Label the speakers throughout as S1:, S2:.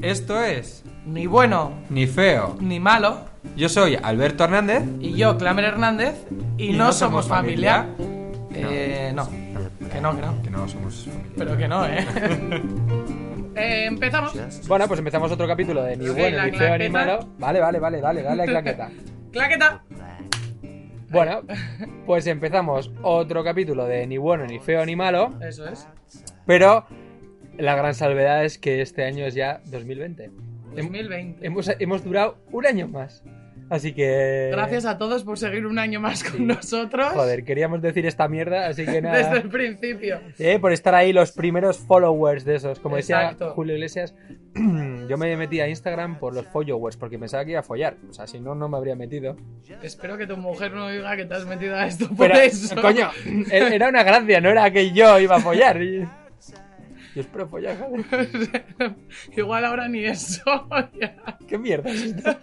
S1: Esto es Ni bueno, ni feo,
S2: ni malo.
S1: Yo soy Alberto Hernández
S2: y yo, Clamer Hernández, y,
S1: Y
S2: no,
S1: no
S2: somos
S1: somos
S2: familia.
S1: familia.
S2: Eh, no. Que no, que no.
S1: que no somos familia.
S2: Pero que no, ¿eh? Eh, empezamos.
S3: Bueno, pues empezamos otro capítulo de Ni
S2: Sí,
S3: bueno,
S2: la
S3: ni feo, ni
S2: claqueta.
S3: malo. Vale, vale, vale, dale, dale, claqueta.
S2: Claqueta.
S3: Bueno, pues empezamos otro capítulo de Ni bueno, ni feo, ni malo.
S2: Eso es.
S3: Pero la gran salvedad es que este año es ya 2020.
S2: 2020.
S3: Hemos, hemos durado un año más. Así que.
S2: Gracias a todos por seguir un año más con nosotros.
S3: Joder, queríamos decir esta mierda, así que
S2: Desde
S3: nada.
S2: el principio.
S3: Eh, por estar ahí los primeros followers de esos. Como
S2: Exacto.
S3: decía Julio Iglesias, yo me metí a Instagram por los followers porque pensaba que iba a follar. O sea, si no, no me habría metido.
S2: Espero que tu mujer no diga que te has metido a esto por
S3: Pero,
S2: eso.
S3: Coño, e- era una gracia, no era que yo iba a follar. Yo espero follar, joder.
S2: Igual ahora ni eso. ya.
S3: ¿Qué mierda es esto?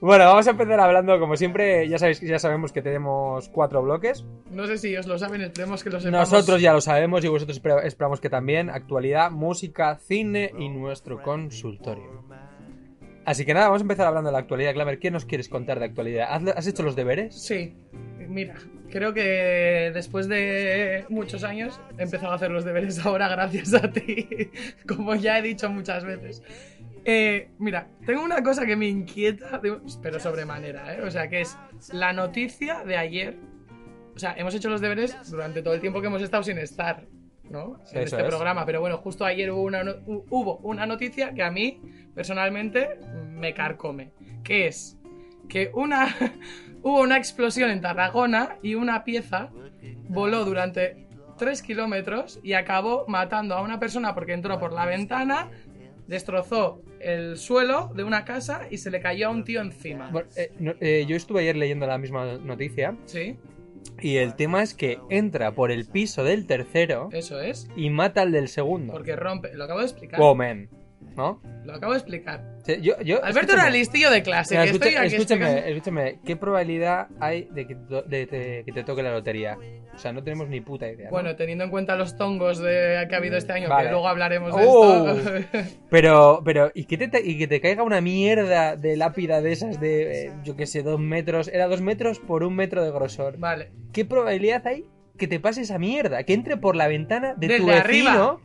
S3: Bueno, vamos a empezar hablando, como siempre, ya sabéis ya sabemos que tenemos cuatro bloques.
S2: No sé si ellos lo saben, esperemos que lo sepamos.
S3: Nosotros ya lo sabemos y vosotros espera- esperamos que también. Actualidad, música, cine y nuestro consultorio. Así que nada, vamos a empezar hablando de la actualidad. Claver, ¿qué nos quieres contar de actualidad? ¿Has- ¿Has hecho los deberes?
S2: Sí, mira, creo que después de muchos años he empezado a hacer los deberes ahora gracias a ti, como ya he dicho muchas veces. Eh, mira, tengo una cosa que me inquieta, de- pero sobremanera, ¿eh? o sea, que es la noticia de ayer. O sea, hemos hecho los deberes durante todo el tiempo que hemos estado sin estar, ¿no? En
S3: Eso
S2: este
S3: es.
S2: programa, pero bueno, justo ayer hubo una, no- hu- hubo una noticia que a mí personalmente me carcome, que es que una hubo una explosión en Tarragona y una pieza voló durante 3 kilómetros y acabó matando a una persona porque entró por la ventana, destrozó el suelo de una casa y se le cayó a un tío encima.
S3: Bueno, eh, no- eh, yo estuve ayer leyendo la misma noticia.
S2: Sí,
S3: Y el tema es que entra por el piso del tercero
S2: eso es.
S3: y mata al del segundo.
S2: Porque rompe. Lo acabo de explicar.
S3: Wow, man. ¿No?
S2: Lo acabo de explicar.
S3: O sea, yo- yo-
S2: Alberto
S3: escúchame.
S2: era listillo de clase.
S3: Mira,
S2: que
S3: escucha-
S2: estoy aquí
S3: escúchame,
S2: explicando-
S3: escúchame. ¿Qué probabilidad hay de que, to- de- de que te toque la lotería? O sea, no tenemos ni puta idea. ¿no?
S2: Bueno, teniendo en cuenta los tongos de- que ha habido este año,
S3: Vale.
S2: que luego hablaremos
S3: Oh.
S2: de esto.
S3: Pero, pero, ¿y que, te, te- y que te caiga una mierda de lápida de esas de, eh, yo qué sé, dos metros? Era dos metros por un metro de grosor.
S2: vale.
S3: ¿Qué probabilidad hay que te pase esa mierda? Que entre por la ventana de tu
S2: Desde
S3: vecino,
S2: arriba.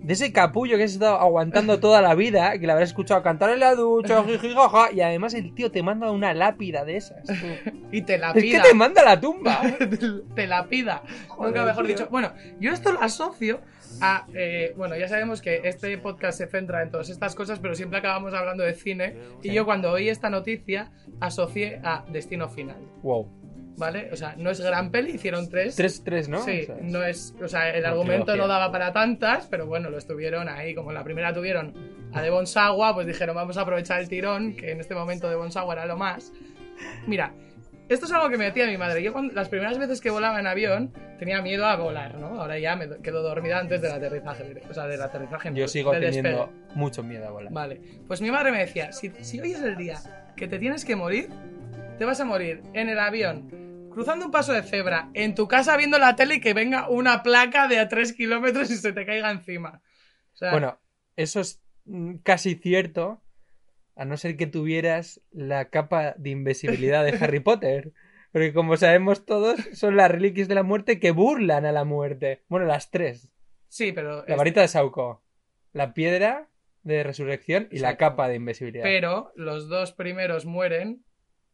S3: de ese capullo que has estado aguantando toda la vida, que le habrás escuchado cantar en la ducha, jiji, jaja, y además el tío te manda una lápida de esas. tú.
S2: Y te la
S3: Es
S2: pida.
S3: que te manda a la tumba.
S2: te la pida. Nunca mejor dicho. Bueno, yo esto lo asocio a. eh, bueno, ya sabemos que este podcast se centra en todas estas cosas, pero siempre acabamos hablando de cine. Y yo cuando oí esta noticia asocié a Destino Final.
S3: Wow.
S2: ¿Vale? O sea, no es gran peli, hicieron tres.
S3: Tres, tres, ¿no?
S2: Sí,
S3: O sea,
S2: no es, o sea, el
S3: Una
S2: argumento
S3: trilogía.
S2: no daba para tantas, pero bueno, lo estuvieron ahí, como la primera tuvieron a Devon Sawa, pues dijeron, vamos a aprovechar el tirón, que en este momento Devon Sawa era lo más. Mira, esto es algo que me decía mi madre. Yo cuando- las primeras veces que volaba en avión tenía miedo a volar, ¿no? Ahora ya me quedo dormida antes del aterrizaje, o sea, del aterrizaje. no,
S3: Yo sigo
S2: del
S3: teniendo
S2: despegue.
S3: mucho miedo a volar.
S2: Vale, pues mi madre me decía, si, si hoy es el día que te tienes que morir, te vas a morir en el avión, cruzando un paso de cebra, en tu casa viendo la tele y que venga una placa de a 3 kilómetros y se te caiga encima. O sea,
S3: Bueno, eso es mm, casi cierto, a no ser que tuvieras la capa de invisibilidad de Harry Potter. Porque como sabemos todos, son las reliquias de la muerte que burlan a la muerte. Bueno, las tres.
S2: sí, pero...
S3: La
S2: es-
S3: varita de Sauco, la piedra de resurrección y la
S2: Exacto.
S3: capa de invisibilidad.
S2: Pero los dos primeros mueren.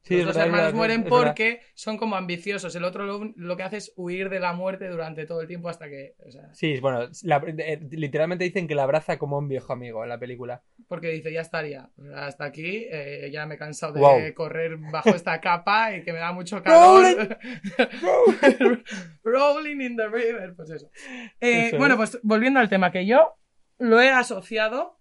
S3: Sí,
S2: los
S3: es
S2: dos
S3: verdad, es
S2: hermanos
S3: verdad,
S2: mueren
S3: es verdad.
S2: porque son como ambiciosos. El otro lo, lo que hace es huir de la muerte durante todo el tiempo hasta que... o sea,
S3: Sí, bueno, la- eh, literalmente dicen que la abraza como un viejo amigo en la película.
S2: porque dice, ya estaría. Hasta aquí, eh, ya me he cansado de
S3: Wow.
S2: correr bajo esta capa y que me da mucho calor. Rolling in the river, pues eso. Eh,
S3: Eso es.
S2: bueno, pues volviendo al tema, que yo lo he asociado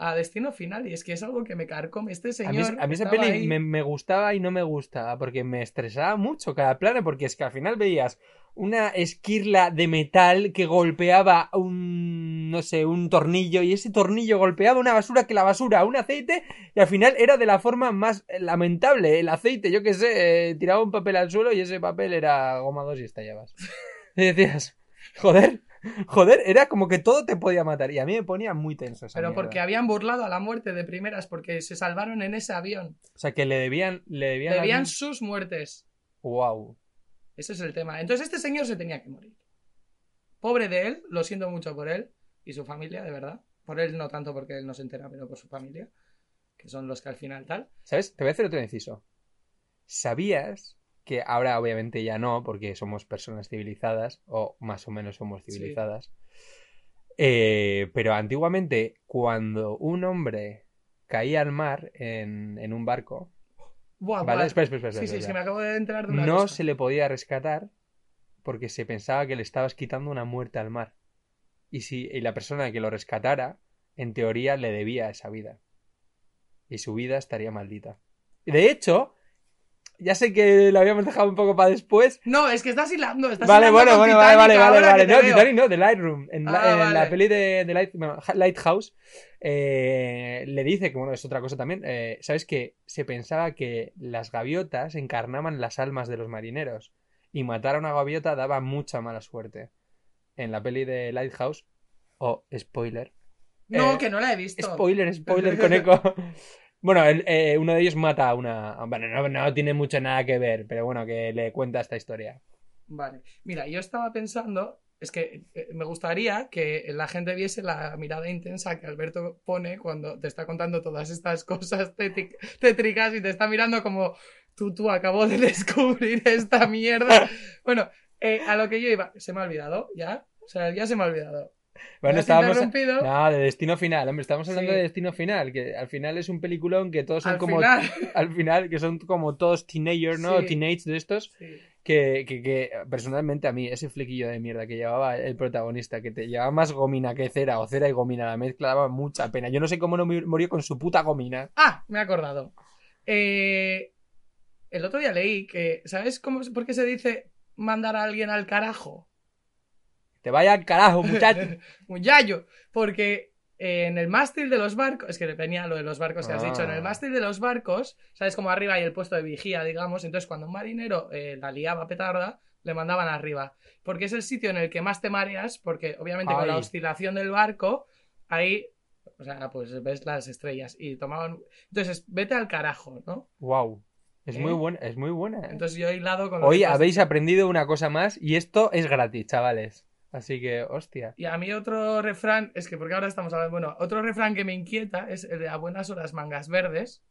S2: a Destino Final y es que es algo que me carcome este
S3: A mí,
S2: señor.
S3: a mí esa
S2: estaba
S3: peli
S2: ahí.
S3: me, me gustaba y no me gustaba, porque me estresaba mucho cada plano, porque es que al final veías una esquirla de metal que golpeaba un, no sé, un tornillo, y ese tornillo golpeaba una basura que la basura, un aceite, y al final era de la forma más lamentable, el aceite, yo qué sé, eh, tiraba un papel al suelo y ese papel era goma dos y estallabas. Y decías, joder, joder, era como que todo te podía matar, y a mí me ponía muy tenso esa
S2: Pero
S3: mierda.
S2: porque habían burlado a la muerte de primeras, porque se salvaron en ese avión.
S3: O sea, que le debían, le debían...
S2: Debían sus muertes.
S3: Wow.
S2: Ese es el tema. Entonces este señor se tenía que morir. Pobre de él, lo siento mucho por él y su familia, de verdad. Por él no tanto porque él no se entera, pero por su familia, que son los que al final tal.
S3: ¿Sabes? Te voy a hacer otro inciso. ¿Sabías que ahora obviamente ya no, porque somos personas civilizadas, o más o menos somos
S2: Sí.
S3: civilizadas, eh, pero antiguamente cuando un hombre caía al mar en, en un barco,
S2: Buah,
S3: ¿vale?
S2: buah.
S3: Espera, espera, espera,
S2: Ah, Sí, sí,
S3: espera,
S2: es que me
S3: espera.
S2: acabo de enterar de una
S3: no
S2: cosa.
S3: se le podía rescatar porque se pensaba que le estabas quitando una muerte al mar. Y si y la persona que lo rescatara, en teoría le debía esa vida. Y su vida estaría maldita. Y de hecho, ya sé que lo habíamos dejado un poco para después.
S2: No, es que estás hilando, estás
S3: vale,
S2: hilando
S3: bueno,
S2: con
S3: bueno, vale,
S2: Titanic
S3: vale, vale,
S2: ahora
S3: vale.
S2: que
S3: No,
S2: te veo.
S3: Titanic no, de Lightroom. En, la,
S2: Ah,
S3: en la
S2: vale.
S3: peli de, de Light- no, Lighthouse eh, le dice que, bueno, es otra cosa también. eh, ¿Sabes que Se pensaba que las gaviotas encarnaban las almas de los marineros. Y matar a una gaviota daba mucha mala suerte. En la peli de Lighthouse. Oh, spoiler.
S2: No,
S3: Eh,
S2: que no la he visto.
S3: Spoiler, spoiler con eco. Bueno, el- eh, uno de ellos mata a una. Bueno, no, no tiene mucho nada que ver, pero bueno, que le cuenta esta historia.
S2: Vale. Mira, yo estaba pensando, es que eh, me gustaría que la gente viese la mirada intensa que Alberto pone cuando te está contando todas estas cosas téti- tétricas y te está mirando como tú, tú acabo de descubrir esta mierda. Bueno, eh, a lo que yo iba, se me ha olvidado, ¿ya? O sea, ya se me ha olvidado. Me
S3: Bueno,
S2: has
S3: estábamos.
S2: interrumpido.
S3: No, de destino final, hombre, estamos hablando
S2: Sí.
S3: de destino final, que al final es un peliculón que todos son
S2: Al
S3: como.
S2: final.
S3: Al final, que son como todos teenagers, ¿no?
S2: Sí.
S3: Teenage de estos.
S2: Sí.
S3: Que, que, que, personalmente a mí, ese flequillo de mierda que llevaba el protagonista, que te llevaba más gomina que cera, o cera y gomina, la mezcla daba mucha pena. Yo no sé cómo no mur- murió con su puta gomina.
S2: Ah, me he acordado. Eh, el otro día leí que, ¿sabes cómo, por qué se dice mandar a alguien al carajo?
S3: Te vaya al carajo, muchacho.
S2: un yayo, porque eh, en el mástil de los barcos, es que venía lo de los barcos que has
S3: Ah.
S2: dicho, en el mástil de los barcos, sabes como arriba hay el puesto de vigía, digamos, entonces cuando un marinero eh, la liaba petarda, le mandaban arriba, porque es el sitio en el que más te mareas, porque obviamente con la
S3: Ay.
S2: oscilación del barco, ahí, o sea, pues ves las estrellas y tomaban... Entonces, vete al carajo, ¿no?
S3: Wow. Es
S2: ¿Eh?
S3: muy buena, es muy buena. ¿eh?
S2: Entonces yo he hilado con... lo
S3: Hoy
S2: que tú has
S3: habéis aprendido una cosa más y esto es gratis, chavales. Así que, hostia.
S2: Y a mí otro refrán, es que porque ahora estamos hablando, bueno, otro refrán que me inquieta es el de a buenas horas mangas verdes,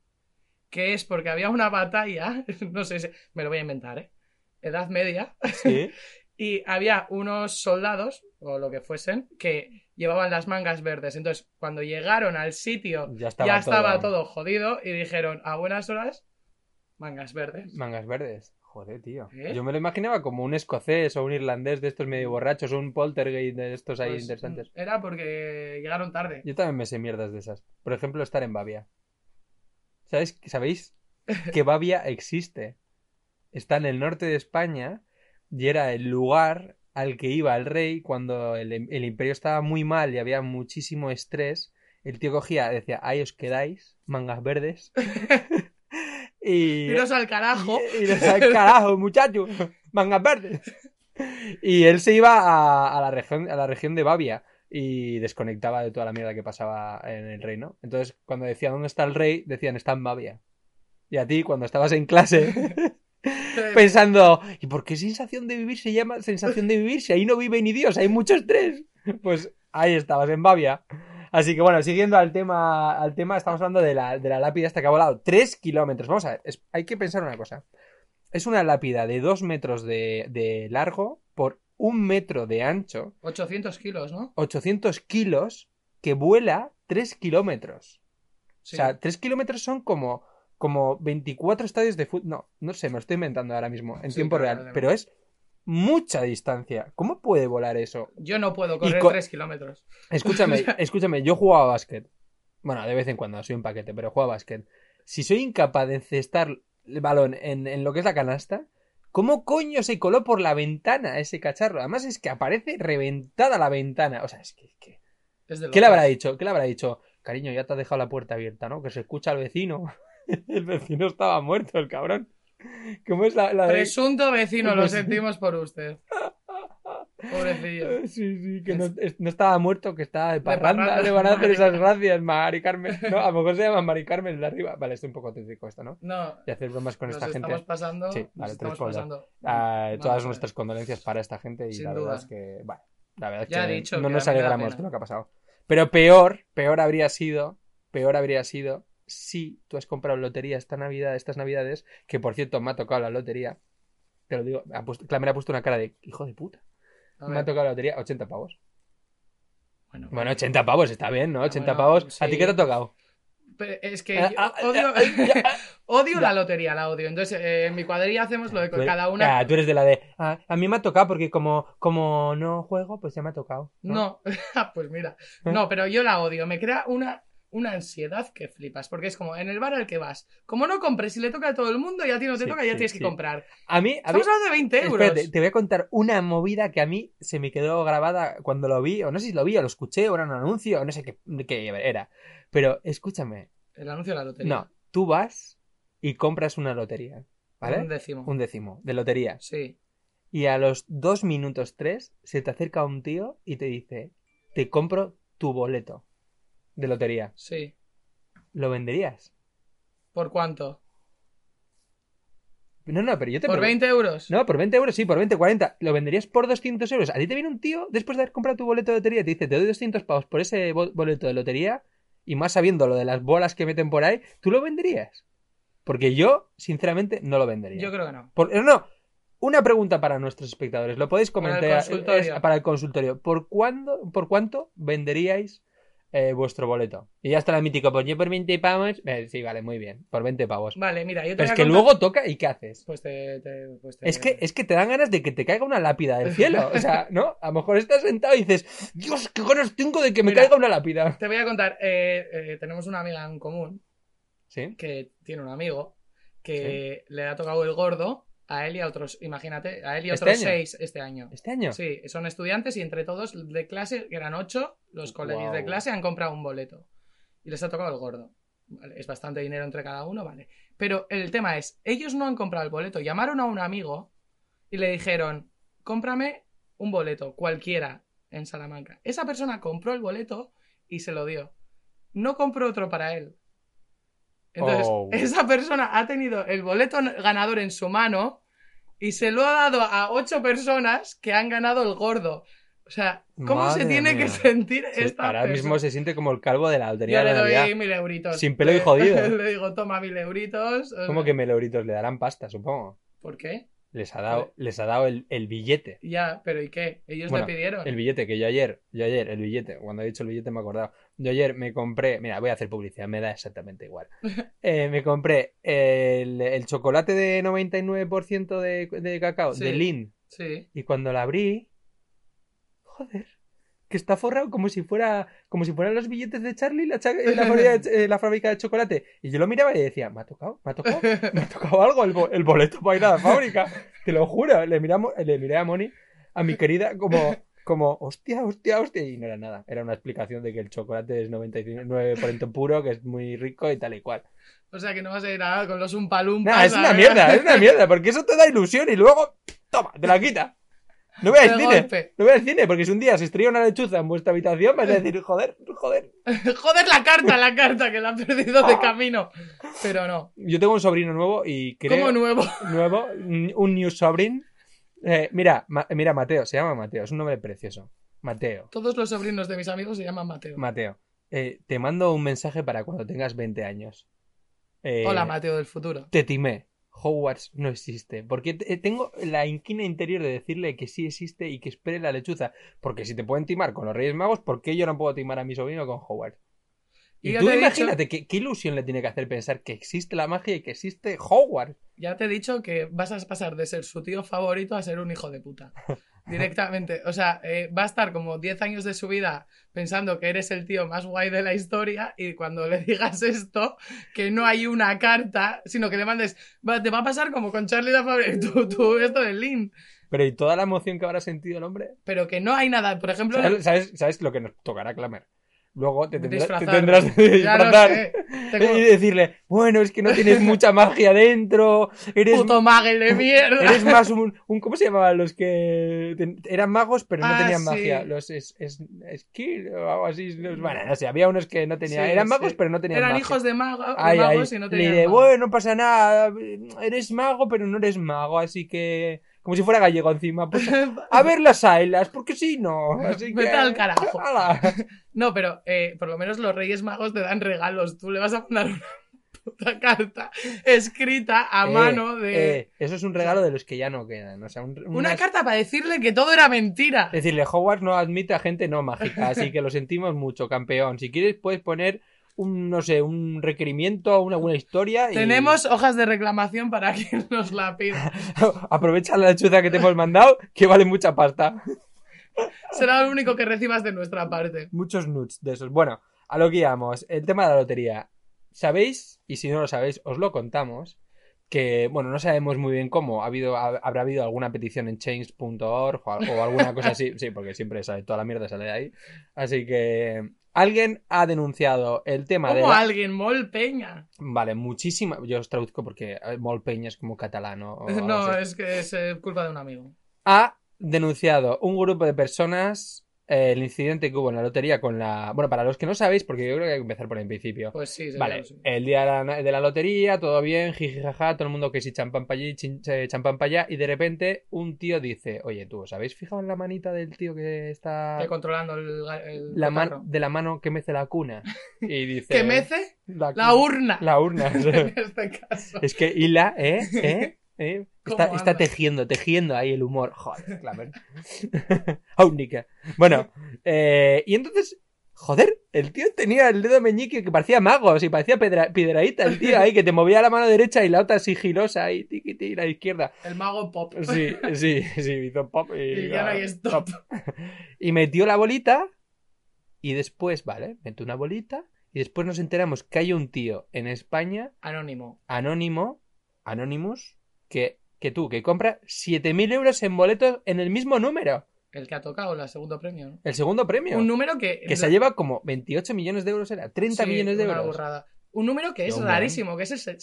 S2: que es porque había una batalla, no sé, si- me lo voy a inventar, ¿eh? Edad media,
S3: Sí.
S2: y había unos soldados, o lo que fuesen, que llevaban las mangas verdes. Entonces, cuando llegaron al sitio,
S3: Ya estaba,
S2: ya estaba todo jodido y dijeron, a buenas horas, mangas verdes.
S3: Mangas verdes. Joder, tío.
S2: ¿Eh?
S3: Yo me lo imaginaba como un escocés o un irlandés de estos medio borrachos o un poltergeist de estos ahí
S2: Pues, mm.
S3: interesantes.
S2: Era porque llegaron tarde.
S3: Yo también me sé mierdas de esas. Por ejemplo, estar en Bavia. ¿Sabéis? ¿Sabéis que Bavia existe? Está en el norte de España y era el lugar al que iba el rey cuando el, em, el imperio estaba muy mal y había muchísimo estrés. El tío cogía, decía, ahí os quedáis, mangas verdes. y,
S2: Iros al carajo.
S3: y, y le decía, carajo, muchacho, mangas verdes. Y él se iba a, a la región, a la región de Bavia y desconectaba de toda la mierda que pasaba en el reino. Entonces, cuando decían dónde está el rey, decían está en Bavia. Y a ti, cuando estabas en clase, Pues pensando, ¿y por qué sensación de vivir se llama sensación de vivir si ahí no vive ni Dios? Hay mucho estrés. Pues ahí estabas, en Bavia. Así que bueno, siguiendo al tema, al tema estamos hablando de la, de la lápida hasta que ha volado 3 kilómetros. Vamos a ver, es- hay que pensar una cosa. Es una lápida de 2 metros de, de largo por 1 metro de ancho,
S2: 800 kilos, ¿no?
S3: 800 kilos, que vuela 3 kilómetros.
S2: Sí.
S3: O sea, 3 kilómetros son como, como 24 estadios de fútbol. No, no sé, me lo estoy inventando ahora mismo en
S2: Sí,
S3: tiempo
S2: claro,
S3: real.
S2: claro.
S3: Pero es mucha distancia. ¿Cómo puede volar eso?
S2: Yo no puedo correr
S3: co-
S2: 3 kilómetros.
S3: Escúchame, escúchame, yo jugaba a básquet. Bueno, de vez en cuando soy un paquete, pero juego a básquet. Si soy incapaz de encestar el balón en, en lo que es la canasta, ¿cómo coño se coló por la ventana ese cacharro? Además es que aparece reventada la ventana. O sea, es que... es que-
S2: Es de
S3: ¿Qué le
S2: locos.
S3: habrá dicho? ¿Qué le habrá dicho? Cariño, ya te has dejado la puerta abierta, ¿no? Que se escucha al vecino. el vecino estaba muerto, el cabrón. ¿Cómo es la, la de-
S2: Presunto vecino, lo
S3: Pues-
S2: sentimos por usted. Pobrecillo.
S3: Eh, Sí, sí, que no, es- no estaba muerto, que estaba de parranda.
S2: parranda,
S3: Le van a hacer
S2: Mari
S3: esas gracias, Mari Carmen. No, a lo mejor se llama Mari Carmen el de arriba. Vale, estoy un poco tétrico esto, ¿no?
S2: No,
S3: Y hacer bromas con
S2: nos
S3: esta gente.
S2: estamos pasando.
S3: Sí,
S2: nos
S3: vale, tres
S2: estamos
S3: por dos.
S2: pasando.
S3: Ah,
S2: Vamos a
S3: todas
S2: ver.
S3: nuestras condolencias para esta gente y
S2: Sin
S3: la verdad
S2: duda.
S3: es que, bueno, la verdad es
S2: Ya
S3: que
S2: he dicho
S3: no
S2: que
S3: nos
S2: a mí me da
S3: alegramos de
S2: pena.
S3: lo que ha pasado. Pero peor, peor habría sido, peor habría sido si tú has comprado lotería esta Navidad, estas Navidades, que por cierto me ha tocado la lotería. Te lo digo, me ha puesto, Clamer ha puesto una cara de hijo de puta.
S2: A
S3: Me
S2: ver,
S3: ha tocado la lotería 80 pavos.
S2: bueno,
S3: Bueno, 80 pavos, está bien, ¿no? 80
S2: bueno,
S3: pavos. ¿A
S2: sí.
S3: ti qué te ha tocado?
S2: Pero es que
S3: Ah,
S2: yo
S3: ah, ah,
S2: odio, odio la lotería, la odio. Entonces, eh, en mi cuadrilla hacemos lo de que cada una.
S3: Ah, tú eres de la de. "Ah, a mí me ha tocado porque como, como no juego, pues ya me ha tocado.
S2: No, Ah, pues mira.
S3: ¿Eh?
S2: No, pero yo la odio. Me crea una, una ansiedad que flipas. Porque es como en el bar al que vas. Como no compres y le toca a todo el mundo, ya a ti no te
S3: Sí,
S2: toca, ya
S3: sí,
S2: tienes
S3: sí.
S2: que comprar.
S3: A mí. A mí-
S2: Estamos hablando de 20 euros.
S3: espérate, te voy a contar una movida que a mí se me quedó grabada cuando lo vi, o no sé si lo vi, o lo escuché, o era un anuncio, o no sé qué, qué era. Pero escúchame,
S2: El anuncio de la lotería.
S3: no, tú vas y compras una lotería, ¿vale?
S2: Un décimo.
S3: Un décimo de lotería.
S2: Sí.
S3: Y a los dos minutos tres se te acerca un tío y te dice, te compro tu boleto de lotería.
S2: Sí.
S3: ¿Lo venderías?
S2: ¿Por cuánto?
S3: No, no, pero yo te
S2: ¿Por
S3: pregunto-
S2: 20 euros?
S3: No, por 20 euros, sí, por 20, 40. ¿Lo venderías por 200 euros? A ti te viene un tío, después de haber comprado tu boleto de lotería, y te dice, te doy 200 pavos por ese bo- boleto de lotería, y más sabiendo lo de las bolas que meten por ahí, ¿tú lo venderías? Porque yo, sinceramente, no lo vendería.
S2: Yo creo que no.
S3: Por- eh, no, una pregunta para nuestros espectadores. Lo podéis
S2: Para el
S3: comentar
S2: consultorio.
S3: es para el consultorio. ¿Por, cuándo, ¿Por cuánto venderíais eh, vuestro boleto? Y ya está la mítico. Pues yo por 20 pavos. eh, sí, vale, muy bien. Por 20 pavos.
S2: Vale, mira, yo te
S3: Pero es
S2: voy a
S3: que
S2: contar-
S3: luego toca y ¿qué haces?
S2: Pues te, te- pues te-
S3: Es que, es que te dan ganas de que te caiga una lápida del cielo. O sea, ¿no? A lo mejor estás sentado y dices, Dios, qué ganas tengo de que me
S2: Mira.
S3: caiga una lápida.
S2: Te voy a contar. eh, eh, tenemos una amiga en común
S3: Sí,
S2: que tiene un amigo que le ha tocado el gordo a él y a otros, imagínate, a él y a
S3: ¿Este
S2: otros
S3: año?
S2: seis este año.
S3: este año.
S2: Sí, son estudiantes y entre todos de clase, que eran ocho, los colegas
S3: Guau.
S2: de clase han comprado un boleto. Y les ha tocado el gordo. Vale, es bastante dinero entre cada uno, vale. Pero el tema es, ellos no han comprado el boleto. Llamaron a un amigo y le dijeron, cómprame un boleto, cualquiera, en Salamanca. Esa persona compró el boleto y se lo dio. No compró otro para él. Entonces,
S3: Oh.
S2: esa persona ha tenido el boleto ganador en su mano y se lo ha dado a ocho personas que han ganado el gordo. O sea, ¿cómo
S3: Madre
S2: se tiene
S3: mía.
S2: que sentir
S3: Sí,
S2: esta
S3: ahora
S2: persona?
S3: mismo se siente como el calvo de la lotería
S2: Yo
S3: de
S2: le
S3: la Navidad.
S2: doy mil euritos.
S3: Sin pelo y
S2: Le-
S3: jodido.
S2: Le digo, toma mil euritos. O
S3: ¿Cómo
S2: sea,
S3: que meloritos le darán pasta, supongo?
S2: ¿Por qué?
S3: Les ha dado,
S2: Vale.
S3: les ha dado el, el billete.
S2: Ya, pero ¿y qué? Ellos
S3: Bueno,
S2: le pidieron.
S3: El billete que yo ayer, yo ayer, el billete, cuando he dicho el billete me he acordado. Yo ayer me compré, mira, voy a hacer publicidad, me da exactamente igual. Eh, me compré el, el chocolate de 99% de, de cacao,
S2: Sí.
S3: de Lin.
S2: Sí.
S3: Y cuando la abrí, joder, que está forrado como si fuera, como si fueran los billetes de Charlie, la, cha- la, fábrica de, eh, la fábrica de chocolate. Y yo lo miraba y decía, me ha tocado, me ha tocado, me ha tocado algo el, bo- el boleto para ir a la fábrica. Te lo juro, le, miramos, le miré a Moni, a mi querida, como, como, hostia, hostia, hostia. Y no era nada, era una explicación de que el chocolate es 99% puro, que es muy rico y tal y cual.
S2: O sea que no vas a ir a con los umpalumpas.
S3: Nah, es una mierda, ¿eh? es una mierda, porque eso te da ilusión y luego, toma, te la quita. No veas
S2: De
S3: cine.
S2: golpe.
S3: No voy al cine, porque si un día se estrella una lechuza en vuestra habitación, vais a
S2: Eh.
S3: decir, joder, joder.
S2: Joder, la carta, la carta que la han perdido de camino. Pero no.
S3: Yo tengo un sobrino nuevo y creo...
S2: Como nuevo.
S3: nuevo, n- un new sobrin. Eh, mira, Ma- mira, Mateo, se llama Mateo, es un nombre precioso. Mateo,
S2: Todos los sobrinos de mis amigos se llaman Mateo.
S3: Mateo, eh, te mando un mensaje para cuando tengas 20 años. Eh,
S2: Hola, Mateo del futuro.
S3: Te timé. Hogwarts no existe. Porque te- eh, tengo la inquina interior de decirle que sí existe y que espere la lechuza. Porque si te pueden timar con los Reyes Magos, ¿por qué yo no puedo timar a mi sobrino con Hogwarts? Y,
S2: ya
S3: tú
S2: te he dicho-
S3: imagínate qué, qué ilusión le tiene que hacer pensar que existe la magia y que existe Hogwarts.
S2: Ya te he dicho que vas a pasar de ser su tío favorito a ser un hijo de puta. Directamente. O sea, eh, va a estar como 10 años de su vida pensando que eres el tío más guay de la historia y cuando le digas esto, que no hay una carta, sino que le mandes, "Va, te va a pasar como con Charlie la fábrica, tú, tú, esto del Link.
S3: Pero y toda la emoción que habrá sentido el hombre.
S2: Pero que no hay nada. Por ejemplo,
S3: ¿Sabes, sabes- sabes lo que nos tocará clamar? Luego te tendrás, te
S2: Disfrazar.
S3: tendrás de
S2: Ya lo
S3: disfrazar
S2: sé. Tengo-
S3: y decirle, bueno, es que no tienes mucha magia dentro, eres,
S2: puto magel de mierda.
S3: eres más un, un- ¿Cómo se llamaban los que ten- eran magos pero no
S2: Ah,
S3: tenían
S2: sí.
S3: magia? Los es, es, skill o algo así. los- bueno, no sé, había unos que no tenían,
S2: Sí,
S3: eran
S2: sí.
S3: magos pero no tenían
S2: Eran
S3: magia.
S2: hijos de, mago- de
S3: Ay, ay.
S2: magos y no
S3: Le
S2: tenían
S3: diré,
S2: mago.
S3: bueno, no pasa nada, eres mago, pero no eres mago, así que... Como si fuera gallego encima. Pues, a ver las ailas, porque si no. Así que...
S2: Vete al carajo.
S3: Ala.
S2: No, pero eh, por lo menos los Reyes Magos te dan regalos. Tú le vas a mandar una puta carta escrita a
S3: Eh,
S2: mano de.
S3: eh, eso es un regalo de los que ya no quedan. O sea, un-
S2: una
S3: unas-
S2: carta para decirle que todo era mentira.
S3: Decirle, Hogwarts no admite a gente no mágica, así que lo sentimos mucho, campeón. Si quieres, puedes poner un, no sé, un requerimiento, una buena historia. y-
S2: Tenemos hojas de reclamación para quien nos la pida.
S3: Aprovecha la chuza que te hemos mandado, que vale mucha pasta.
S2: Será lo único que recibas de nuestra parte.
S3: Muchos nuts de esos. Bueno, a lo que íbamos. El tema de la lotería. ¿Sabéis? Y si no lo sabéis, os lo contamos. Que, bueno, no sabemos muy bien cómo. Ha habido, ha- habrá habido alguna petición en change.org o, al- o alguna cosa así. Sí, porque siempre sale, toda la mierda sale de ahí. Así que. Alguien ha denunciado el tema de.
S2: Como
S3: la-
S2: alguien, Mol Peña.
S3: Vale, muchísima. Yo os traduzco porque eh, Mol Peña es como catalano. o algo
S2: No,
S3: así.
S2: es que es eh, culpa de un amigo.
S3: ha denunciado un grupo de personas eh, el incidente que hubo en la lotería con la... Bueno, para los que no sabéis, porque yo creo que hay que empezar por el principio.
S2: Pues sí, seguro,
S3: Vale,
S2: sí.
S3: el día de la, na- de la lotería, todo bien, jiji, jaja, todo el mundo que si champán para allí, chin- eh, champán para allá, y de repente un tío dice, oye, tú, ¿os habéis fijado en la manita del tío que está...
S2: Que controlando el. ga- el
S3: La mano
S2: cotarro.
S3: de la mano que mece la cuna? Y dice...
S2: Que mece la
S3: cu-
S2: urna.
S3: La urna.
S2: En este caso.
S3: Es que Hila, ¿eh? ¿Eh? ¿Eh?
S2: ¿Cómo
S3: Está, está
S2: anda?
S3: tejiendo, tejiendo ahí el humor. Joder, Claver. Única. Bueno, eh, y entonces, joder, el tío tenía el dedo meñique que parecía magos y parecía pedra- piedraíta el tío ahí, que te movía la mano derecha y la otra sigilosa ahí, tiquiti, y la izquierda.
S2: El mago pop.
S3: Sí, sí, sí, hizo pop y... "Ah".
S2: Y ya no hay stop.
S3: Y metió la bolita y después, vale, metió una bolita y después nos enteramos que hay un tío en España
S2: Anónimo.
S3: anónimo, Anonymous, que, que tú, que compra 7.000 euros en boletos en el mismo número,
S2: El que ha tocado el segundo premio, ¿no?
S3: el segundo premio,
S2: Un número que.
S3: que se lleva como 28 millones de euros, era 30
S2: Sí,
S3: millones de
S2: una
S3: euros.
S2: burrada. Un número que es
S3: Hombre.
S2: rarísimo, que es el se-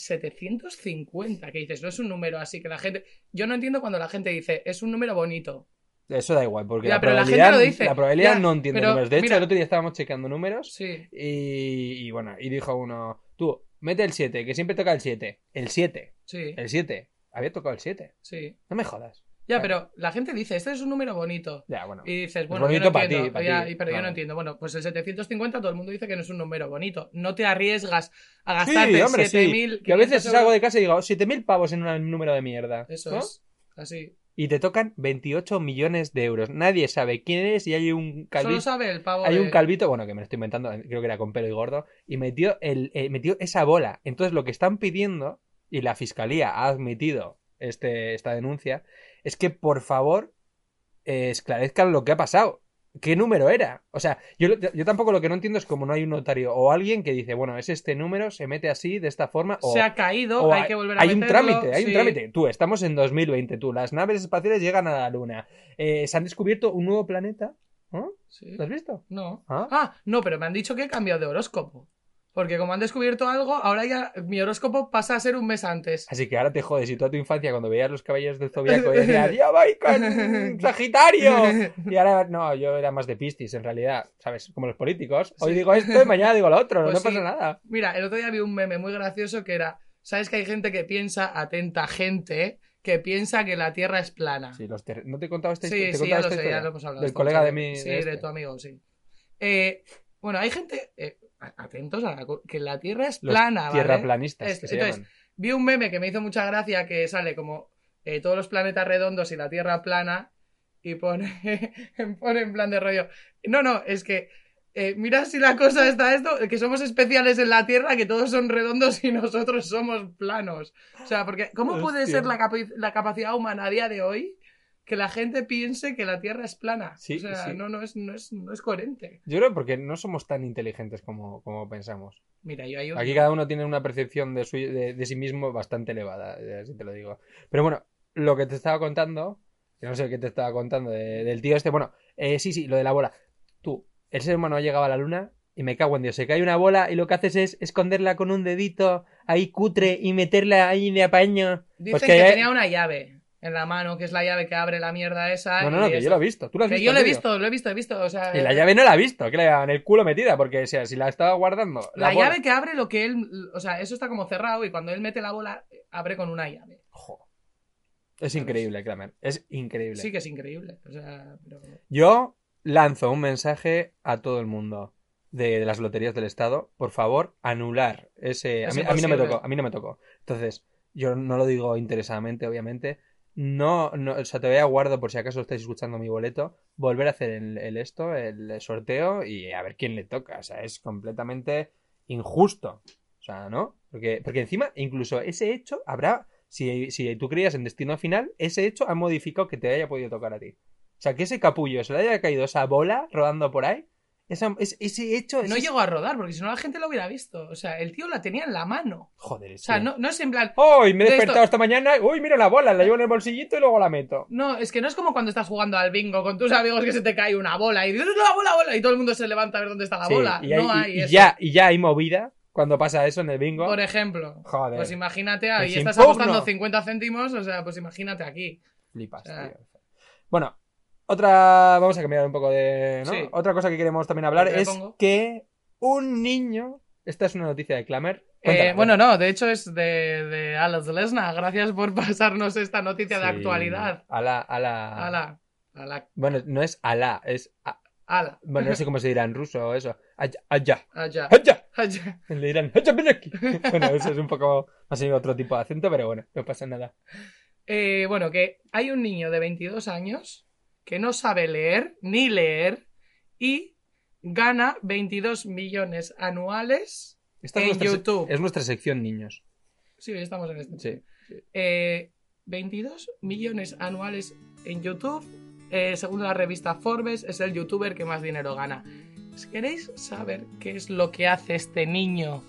S2: 750, que dices, no es un número así que la gente. Yo no entiendo cuando la gente dice, es un número bonito.
S3: Eso da igual, porque
S2: Ya,
S3: la,
S2: pero la
S3: probabilidad,
S2: gente lo dice.
S3: la probabilidad
S2: Ya,
S3: no entiende
S2: pero
S3: números. De hecho,
S2: mira-
S3: el otro día estábamos checando números
S2: Sí.
S3: y, y bueno, y dijo uno, tú, mete el 7, que siempre toca el 7. El 7,
S2: Sí,
S3: el 7. Había tocado el 7.
S2: sí.
S3: No me jodas.
S2: Ya, pero la gente dice, este es un número bonito.
S3: Ya, bueno.
S2: Y dices, bueno, yo
S3: bonito
S2: no
S3: pa'
S2: entiendo.
S3: ti, pa'
S2: ya,
S3: ti,
S2: y- pero yo
S3: claro.
S2: no entiendo. Bueno, pues el 750 todo el mundo dice que no es un número bonito. No te arriesgas a
S3: Sí,
S2: gastarte
S3: hombre, sí.
S2: 7000.
S3: Que a veces salgo de casa y digo, 7.000 pavos en un número de mierda.
S2: Eso
S3: ¿no?
S2: es. Así.
S3: y te tocan 28 millones de euros. Nadie sabe quién eres y hay un
S2: Solo
S3: calvito.
S2: sabe el pavo.
S3: Hay un
S2: de-
S3: calvito, bueno, que me lo estoy inventando, creo que era con pelo y gordo, y metió, el, eh, metió esa bola. Entonces lo que están pidiendo, y la fiscalía ha admitido este, esta denuncia, es que por favor eh, esclarezcan lo que ha pasado. ¿Qué número era? O sea, yo, lo- yo tampoco lo que no entiendo es como no hay un notario o alguien que dice, bueno, es este número, se mete así, de esta forma, o,
S2: se ha caído,
S3: o
S2: hay que volver a
S3: hay un
S2: meterlo,
S3: trámite, hay un
S2: sí.
S3: trámite. Tú, estamos en 2020, tú. Las naves espaciales llegan a la Luna. Eh, se han descubierto un nuevo planeta. ¿Eh?
S2: Sí.
S3: ¿Lo has visto?
S2: No.
S3: ¿Ah?
S2: Ah, no, pero me han dicho que he cambiado de horóscopo. Porque como han descubierto algo, ahora ya mi horóscopo pasa a ser un mes antes.
S3: Así que ahora te jodes. Y tú a tu infancia, cuando veías los caballeros del Zodiaco, decías, ¡Yo voy con Sagitario! Y ahora, no, yo era más de Piscis, en realidad. ¿Sabes? Como los políticos. Hoy
S2: Sí.
S3: digo esto y mañana digo lo otro.
S2: Pues
S3: no
S2: sí.
S3: pasa nada.
S2: Mira, el otro día vi un meme muy gracioso que era, ¿sabes que hay gente que piensa, atenta gente, que piensa que la Tierra es plana?
S3: Sí, los ter- ¿No te he contado esta
S2: Sí,
S3: historia? ¿Te he
S2: sí,
S3: contado
S2: ya lo
S3: esta
S2: sé, ya
S3: historia?
S2: lo hemos hablado.
S3: Del
S2: estamos
S3: colega de
S2: hablando.
S3: mi...
S2: Sí,
S3: de
S2: de,
S3: este.
S2: tu amigo, sí. Eh, bueno, hay gente, eh, atentos a la co- que la Tierra es
S3: Los
S2: plana, ¿vale?
S3: tierraplanistas,
S2: Es-
S3: que se
S2: entonces,
S3: llaman.
S2: Vi un meme que me hizo mucha gracia que sale como eh, todos los planetas redondos y la Tierra plana y pone, pone en plan de rollo. No, no, es que eh, mira si la cosa está esto, que somos especiales en la Tierra, que todos son redondos y nosotros somos planos. O sea, porque ¿cómo puede
S3: Hostia.
S2: ser la, capi- la capacidad humana a día de hoy que la gente piense que la Tierra es plana?
S3: Sí,
S2: o sea,
S3: sí.
S2: no, no, es, no, es, no es coherente.
S3: Yo creo porque no somos tan inteligentes como, como pensamos.
S2: Mira, yo hay un...
S3: Aquí cada uno tiene una percepción de, suyo- de, de sí mismo bastante elevada, eh, así te lo digo. Pero bueno, lo que te estaba contando, que no sé qué te estaba contando de- del tío este, bueno, eh, sí, sí, lo de la bola. Tú, el ser humano ha llegado a la luna y me cago en Dios, se cae una bola y lo que haces es esconderla con un dedito ahí cutre y meterla ahí de apaño.
S2: Dicen
S3: Pues
S2: que,
S3: que-
S2: tenía una llave en la mano, que es la llave que abre la mierda esa.
S3: No, no,
S2: y
S3: no, que
S2: eso.
S3: yo lo he visto. Tú lo has
S2: Que
S3: visto.
S2: yo lo he
S3: tío.
S2: visto, eh. lo he visto, he visto. O sea,
S3: Y la llave no la ha visto, que la llevaba en el culo metida, porque o sea, si la estaba guardando.
S2: La,
S3: bola-
S2: llave que abre lo que él. O sea, eso está como cerrado y cuando él mete la bola, abre con una llave.
S3: Jo. Es increíble, Kramer. Es increíble.
S2: Sí que es increíble. O sea, pero-
S3: Yo lanzo un mensaje a todo el mundo de, de las loterías del Estado. Por favor, anular ese. A
S2: Es
S3: mí, a mí no me
S2: imposible.
S3: tocó, a mí no me tocó. Entonces, yo no lo digo interesadamente, obviamente. No, no, o sea, todavía guardo por si acaso estáis escuchando mi boleto. Volver a hacer el, el esto, el sorteo y a ver quién le toca. O sea, es completamente injusto. O sea, ¿no? Porque, porque encima, incluso ese hecho habrá. Si, si tú creías en destino final, ese hecho ha modificado que te haya podido tocar a ti. O sea, que ese capullo se le haya caído esa bola rodando por ahí. esa- es- ese hecho Pues es.
S2: No llegó a rodar porque si no la gente lo hubiera visto. O sea, el tío la tenía en la mano.
S3: Joder,
S2: O sea,
S3: sí.
S2: no, no es en plan.
S3: ¡Uy! me he
S2: De esto-
S3: despertado esta mañana. ¡Uy, mira la bola! La llevo en el bolsillito y luego la meto.
S2: No, es que no es como cuando estás jugando al bingo con tus amigos que se te cae una bola y dices, la bola, bola, y todo el mundo se levanta a ver dónde está la
S3: Sí,
S2: bola.
S3: Y,
S2: no
S3: hay-
S2: hay
S3: y- y
S2: eso.
S3: ya, y ya hay movida cuando pasa eso en el bingo.
S2: Por ejemplo.
S3: Joder.
S2: Pues imagínate, ahí
S3: Es
S2: estás
S3: impugno.
S2: apostando 50 céntimos, o sea, pues imagínate aquí.
S3: Flipas,
S2: O sea.
S3: tío. Bueno, otra. Vamos a cambiar un poco de. ¿no?
S2: Sí.
S3: Otra cosa que queremos también hablar
S2: Te
S3: es
S2: pongo.
S3: que un niño. Esta es una noticia de Clamer.
S2: Eh, bueno, no, de hecho es de, de Alex Lesna. Gracias por pasarnos esta noticia de actualidad.
S3: Ala, ala.
S2: Ala, ala,
S3: Bueno, no es ala, es. a-
S2: ala,
S3: Bueno, no sé cómo se dirá en ruso o eso. Allá, allá,
S2: allá,
S3: allá.
S2: allá.
S3: Le dirán, allá, ven aquí. Bueno, eso es un poco. Ha sido otro tipo de acento, pero bueno, no pasa nada.
S2: Eh, bueno, que hay un niño de 22 años que no sabe leer ni leer y gana 22 millones anuales.
S3: Esta es
S2: En
S3: nuestra se-
S2: YouTube.
S3: Es nuestra sección niños.
S2: Sí, hoy estamos en este.
S3: Sí.
S2: Eh, 22 millones anuales en YouTube. Eh, según la revista Forbes, es el youtuber que más dinero gana. Si queréis saber qué es lo que hace este niño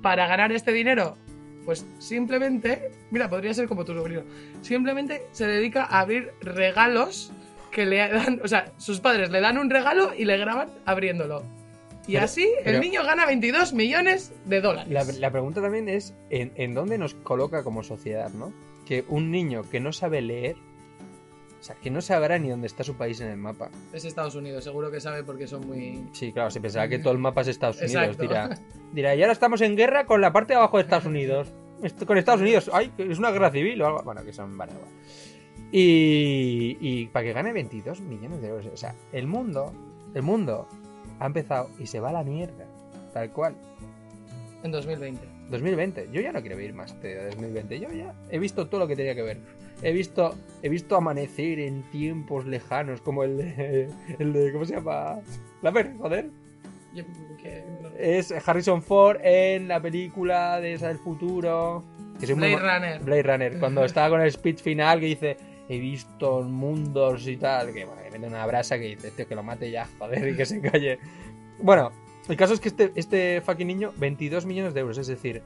S2: para ganar este dinero, pues simplemente, mira, podría ser como tu sobrino, simplemente se dedica a abrir regalos que le dan, o sea, sus padres le dan un regalo y le graban abriéndolo. Y
S3: Pero-
S2: así
S3: pero-
S2: el niño gana 22 millones de dólares.
S3: La, la pregunta también es: ¿en, en dónde nos coloca como sociedad, no? Que un niño que no sabe leer. O sea, que no sabrá ni dónde está su país en el mapa.
S2: Es Estados Unidos, seguro que sabe porque son muy...
S3: Sí, claro, se pensará que todo el mapa es Estados Unidos.
S2: Exacto.
S3: Dirá, dirá, y ahora estamos en guerra con la parte de abajo de Estados Unidos. Esto- con Estados Unidos, ay, que es una guerra civil o algo. Bueno, que son vale, vale. Y, y para que gane 22 millones de euros. O sea, el mundo, el mundo ha empezado y se va a la mierda. Tal cual.
S2: En 2020.
S3: 2020. Yo ya no quiero vivir más de 2020. Yo ya he visto todo lo que tenía que ver. He visto, he visto amanecer en tiempos lejanos, como el de, el de ¿cómo se llama? La ver, joder.
S2: Yo- que- no.
S3: es Harrison Ford en la película de esa del futuro. Que soy muy
S2: Blade
S3: ma-
S2: Runner.
S3: Blade Runner. Cuando estaba con el speech final que dice, he visto mundos y tal. Que bueno, le mete una brasa que dice, tío, que lo mate ya, joder, y que se calle. Bueno, el caso es que este, este fucking niño, 22 millones de euros, es decir,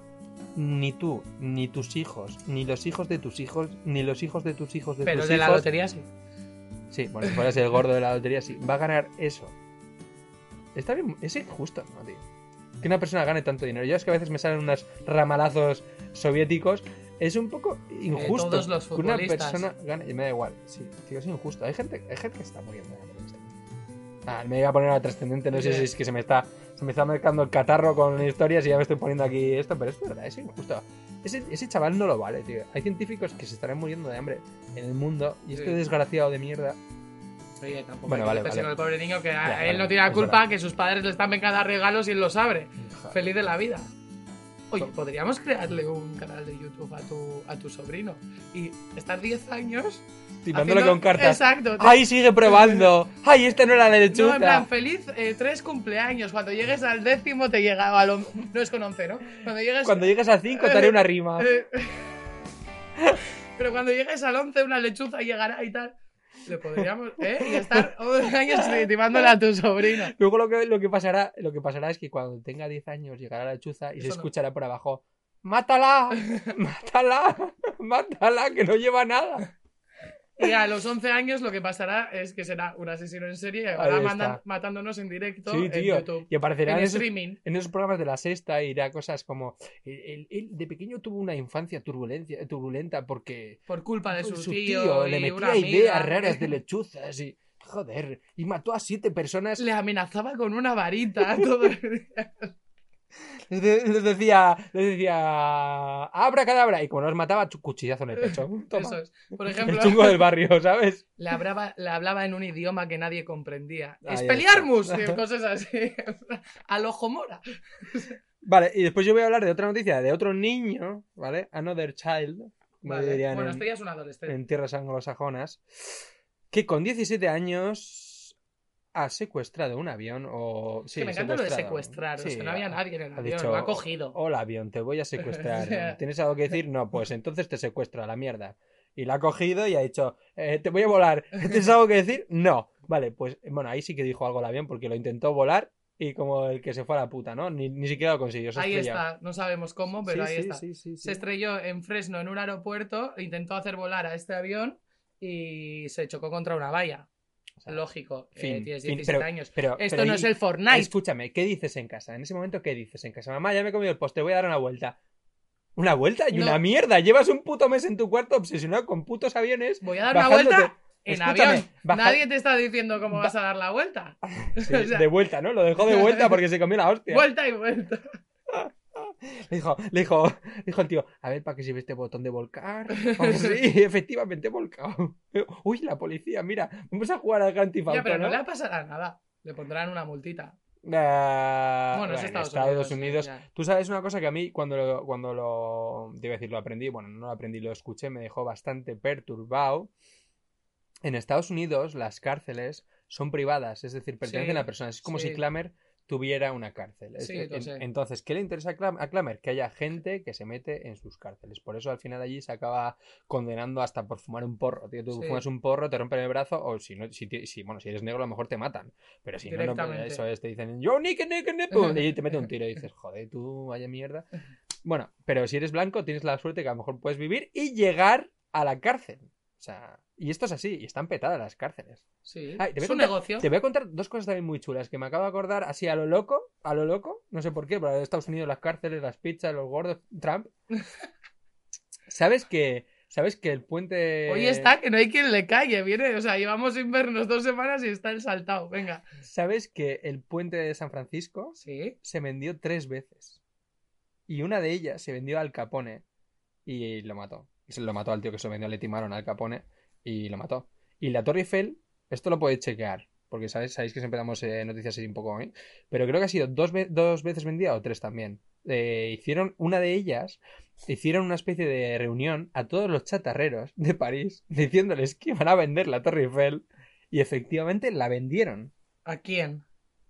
S3: ni tú, ni tus hijos, ni los hijos de tus hijos, ni los hijos de tus hijos de
S2: Pero
S3: tus
S2: de la
S3: hijos.
S2: lotería sí.
S3: Sí, bueno, si fueras el gordo de la lotería, sí. Va a ganar eso. Está bien, es injusto, ¿no, tío? Que una persona gane tanto dinero. Yo es que a veces me salen unos ramalazos soviéticos. Es un poco injusto
S2: Eh, todos los
S3: que una
S2: futbolistas.
S3: persona gane. Me da igual, sí, tío, es injusto. Hay gente, hay gente que está muriendo. de hambre en este momento. Ah, me iba a poner a trascendente, no sé
S2: Sí.
S3: si es que se me está se me está marcando el catarro con historias y ya me estoy poniendo aquí esto, pero es verdad, es injusto. Ese, ese chaval no lo vale, tío. Hay científicos que se estarán muriendo de hambre en el mundo y este
S2: Sí.
S3: desgraciado de mierda
S2: Oye, tampoco
S3: Bueno,
S2: hay
S3: vale,
S2: que meterse
S3: vale.
S2: con el pobre niño que a-
S3: Ya,
S2: a él
S3: vale,
S2: no tiene la
S3: es
S2: culpa
S3: verdad.
S2: que sus padres le están venga a dar regalos y él los abre. Feliz de la vida. Oye, podríamos crearle un canal de YouTube a tu, a tu sobrino y estar 10 años.
S3: Timándole
S2: haciendo-
S3: con cartas.
S2: Exacto. te-
S3: ¡Ay, sigue probando! ¡Ay, esta no era la
S2: No, en
S3: lechuga!
S2: plan, feliz eh, tres cumpleaños. Cuando llegues al décimo te llega. o a lo- no es con once, ¿no? Cuando llegues.
S3: Cuando llegues a 5 te haré una rima.
S2: eh, pero cuando llegues al once, una lechuza llegará y tal. Le podríamos. ¿Eh? Y estar 11 años timándole a tu sobrino.
S3: Luego lo que, lo que pasará, lo que pasará es que cuando tenga 10 años llegará la lechuza y se
S2: Eso no.
S3: escuchará por abajo. ¡Mátala! ¡Mátala! ¡Mátala! Que no lleva nada.
S2: Y a los 11 años lo que pasará es que será un asesino en serie y
S3: Ahí
S2: acabará
S3: está.
S2: mandan- matándonos en directo
S3: Sí,
S2: en
S3: tío.
S2: YouTube.
S3: Y aparecerán
S2: En
S3: esos,
S2: streaming.
S3: en esos programas de la sexta irá cosas como él, él- él de pequeño tuvo una infancia turbulencia, turbulenta porque
S2: Por culpa de su,
S3: su
S2: tío, y
S3: le
S2: una
S3: metía
S2: amiga.
S3: ideas raras de lechuzas y joder y mató a siete personas
S2: Le amenazaba con una varita. todo el día.
S3: les, de- les decía les decía abra cadabra y como los mataba chu- cuchillazo en el pecho Toma.
S2: Eso es. Por
S3: el
S2: ejemplo,
S3: chungo del barrio sabes
S2: le, hablaba, le hablaba en un idioma que nadie comprendía.
S3: Ahí
S2: Es
S3: está.
S2: peliarmus y cosas así. Al ojo mora.
S3: vale y después yo voy a hablar de otra noticia de otro niño vale another child como
S2: Vale.
S3: dirían
S2: Bueno,
S3: en-
S2: esto ya es un adolescente.
S3: en tierras anglosajonas, que con 17 años ha secuestrado un avión o...
S2: Es que me encanta lo de secuestrar. o
S3: Sí,
S2: sea, no había
S3: ha-
S2: nadie en el
S3: ha
S2: avión.
S3: dicho, "Oh,
S2: lo ha cogido.
S3: Hola avión, te voy a secuestrar.
S2: O sea-
S3: ¿Tienes algo que decir? No, pues entonces te secuestro a la mierda. Y la ha cogido y ha dicho, "Eh, te voy a volar. ¿Tienes algo que decir? No. Vale, pues bueno, ahí sí que dijo algo el avión porque lo intentó volar y como el que se fue a la puta, ¿no? Ni, ni siquiera lo consiguió. se
S2: ahí
S3: estrelló.
S2: está. No sabemos cómo, pero
S3: pues Sí,
S2: ahí
S3: sí,
S2: está.
S3: sí, sí, sí.
S2: Se estrelló en Fresno en un aeropuerto, intentó hacer volar a este avión y se chocó contra una valla.
S3: O sea,
S2: Lógico, eh,
S3: fin,
S2: tienes
S3: fin,
S2: 17
S3: pero-
S2: años.
S3: pero-
S2: Esto
S3: pero
S2: no
S3: ahí-
S2: es el Fortnite.
S3: Escúchame, ¿qué dices en casa? En ese momento, ¿qué dices en casa? Mamá, ya me he comido el postre, voy a dar una vuelta. ¿Una vuelta? ¡Y
S2: No.
S3: una mierda! Llevas un puto mes en tu cuarto obsesionado con putos aviones.
S2: Voy a dar una
S3: bajándote-
S2: vuelta en
S3: Escúchame,
S2: avión.
S3: baja-
S2: Nadie te está diciendo cómo
S3: Ba-
S2: vas a dar la vuelta.
S3: Sí,
S2: O sea,
S3: de vuelta, ¿no? Lo dejó de vuelta porque se comió la hostia.
S2: vuelta y vuelta.
S3: Le dijo, le dijo, le dijo el tío, a ver, ¿para qué sirve este botón de volcar? Vamos, sí, efectivamente he volcado. Uy, la policía, mira, vamos a jugar al Grand Theft
S2: ya,
S3: Auto,
S2: pero no,
S3: ¿no?
S2: le pasará nada. Le pondrán una multita.
S3: Ah,
S2: Bueno, es Estados Unidos, sí, ya.
S3: Tú sabes una cosa que a mí, cuando lo, cuando lo. Debo decir, lo aprendí. Bueno, no lo aprendí, lo escuché, me dejó bastante perturbado. En Estados Unidos, las cárceles son privadas, es decir, pertenecen
S2: Sí,
S3: a personas. Es como si
S2: sí.
S3: Clamer tuviera una cárcel. Es-
S2: Sí, lo
S3: en-
S2: sé.
S3: entonces, ¿qué le interesa a Clam- a Clamer? Que haya gente que se mete en sus cárceles. Por eso al final allí se acaba condenando hasta por fumar un porro. Tío, tú
S2: Sí.
S3: fumas un porro, te rompen el brazo, o si no, si, ti- si- bueno, si eres negro, a lo mejor te matan. Pero si no, no,
S2: Directamente.
S3: eso es, te dicen, yo ni que ni que ni, pum", y te mete un tiro y dices, joder, tú, vaya mierda. Bueno, pero si eres blanco, tienes la suerte que a lo mejor puedes vivir y llegar a la cárcel. O sea, y esto es así, y están petadas las cárceles.
S2: Sí.
S3: Ay, te voy a
S2: es un
S3: contar-
S2: negocio.
S3: Te voy a contar dos cosas también muy chulas que me acabo de acordar así a lo loco, a lo loco, no sé por qué, pero en Estados Unidos las cárceles, las pizzas, los gordos, Trump. ¿Sabes que sabes que el puente
S2: Hoy está, que no hay quien le calle. Viene, o sea, llevamos sin vernos dos semanas y está el saltado. Venga.
S3: ¿Sabes que el puente de San Francisco
S2: Sí.
S3: se vendió tres veces? Y una de ellas se vendió al Capone y lo mató. Y se lo mató al tío que se lo vendió, le timaron al Capone y lo mató. Y la Torre Eiffel, esto lo podéis chequear, porque sabéis, sabéis que siempre damos eh, noticias así un poco, ¿eh? pero creo que ha sido dos, ve- dos veces vendida o tres también. Eh, hicieron una de ellas, hicieron una especie de reunión a todos los chatarreros de París diciéndoles que iban a vender la Torre Eiffel y efectivamente la vendieron.
S2: ¿A quién?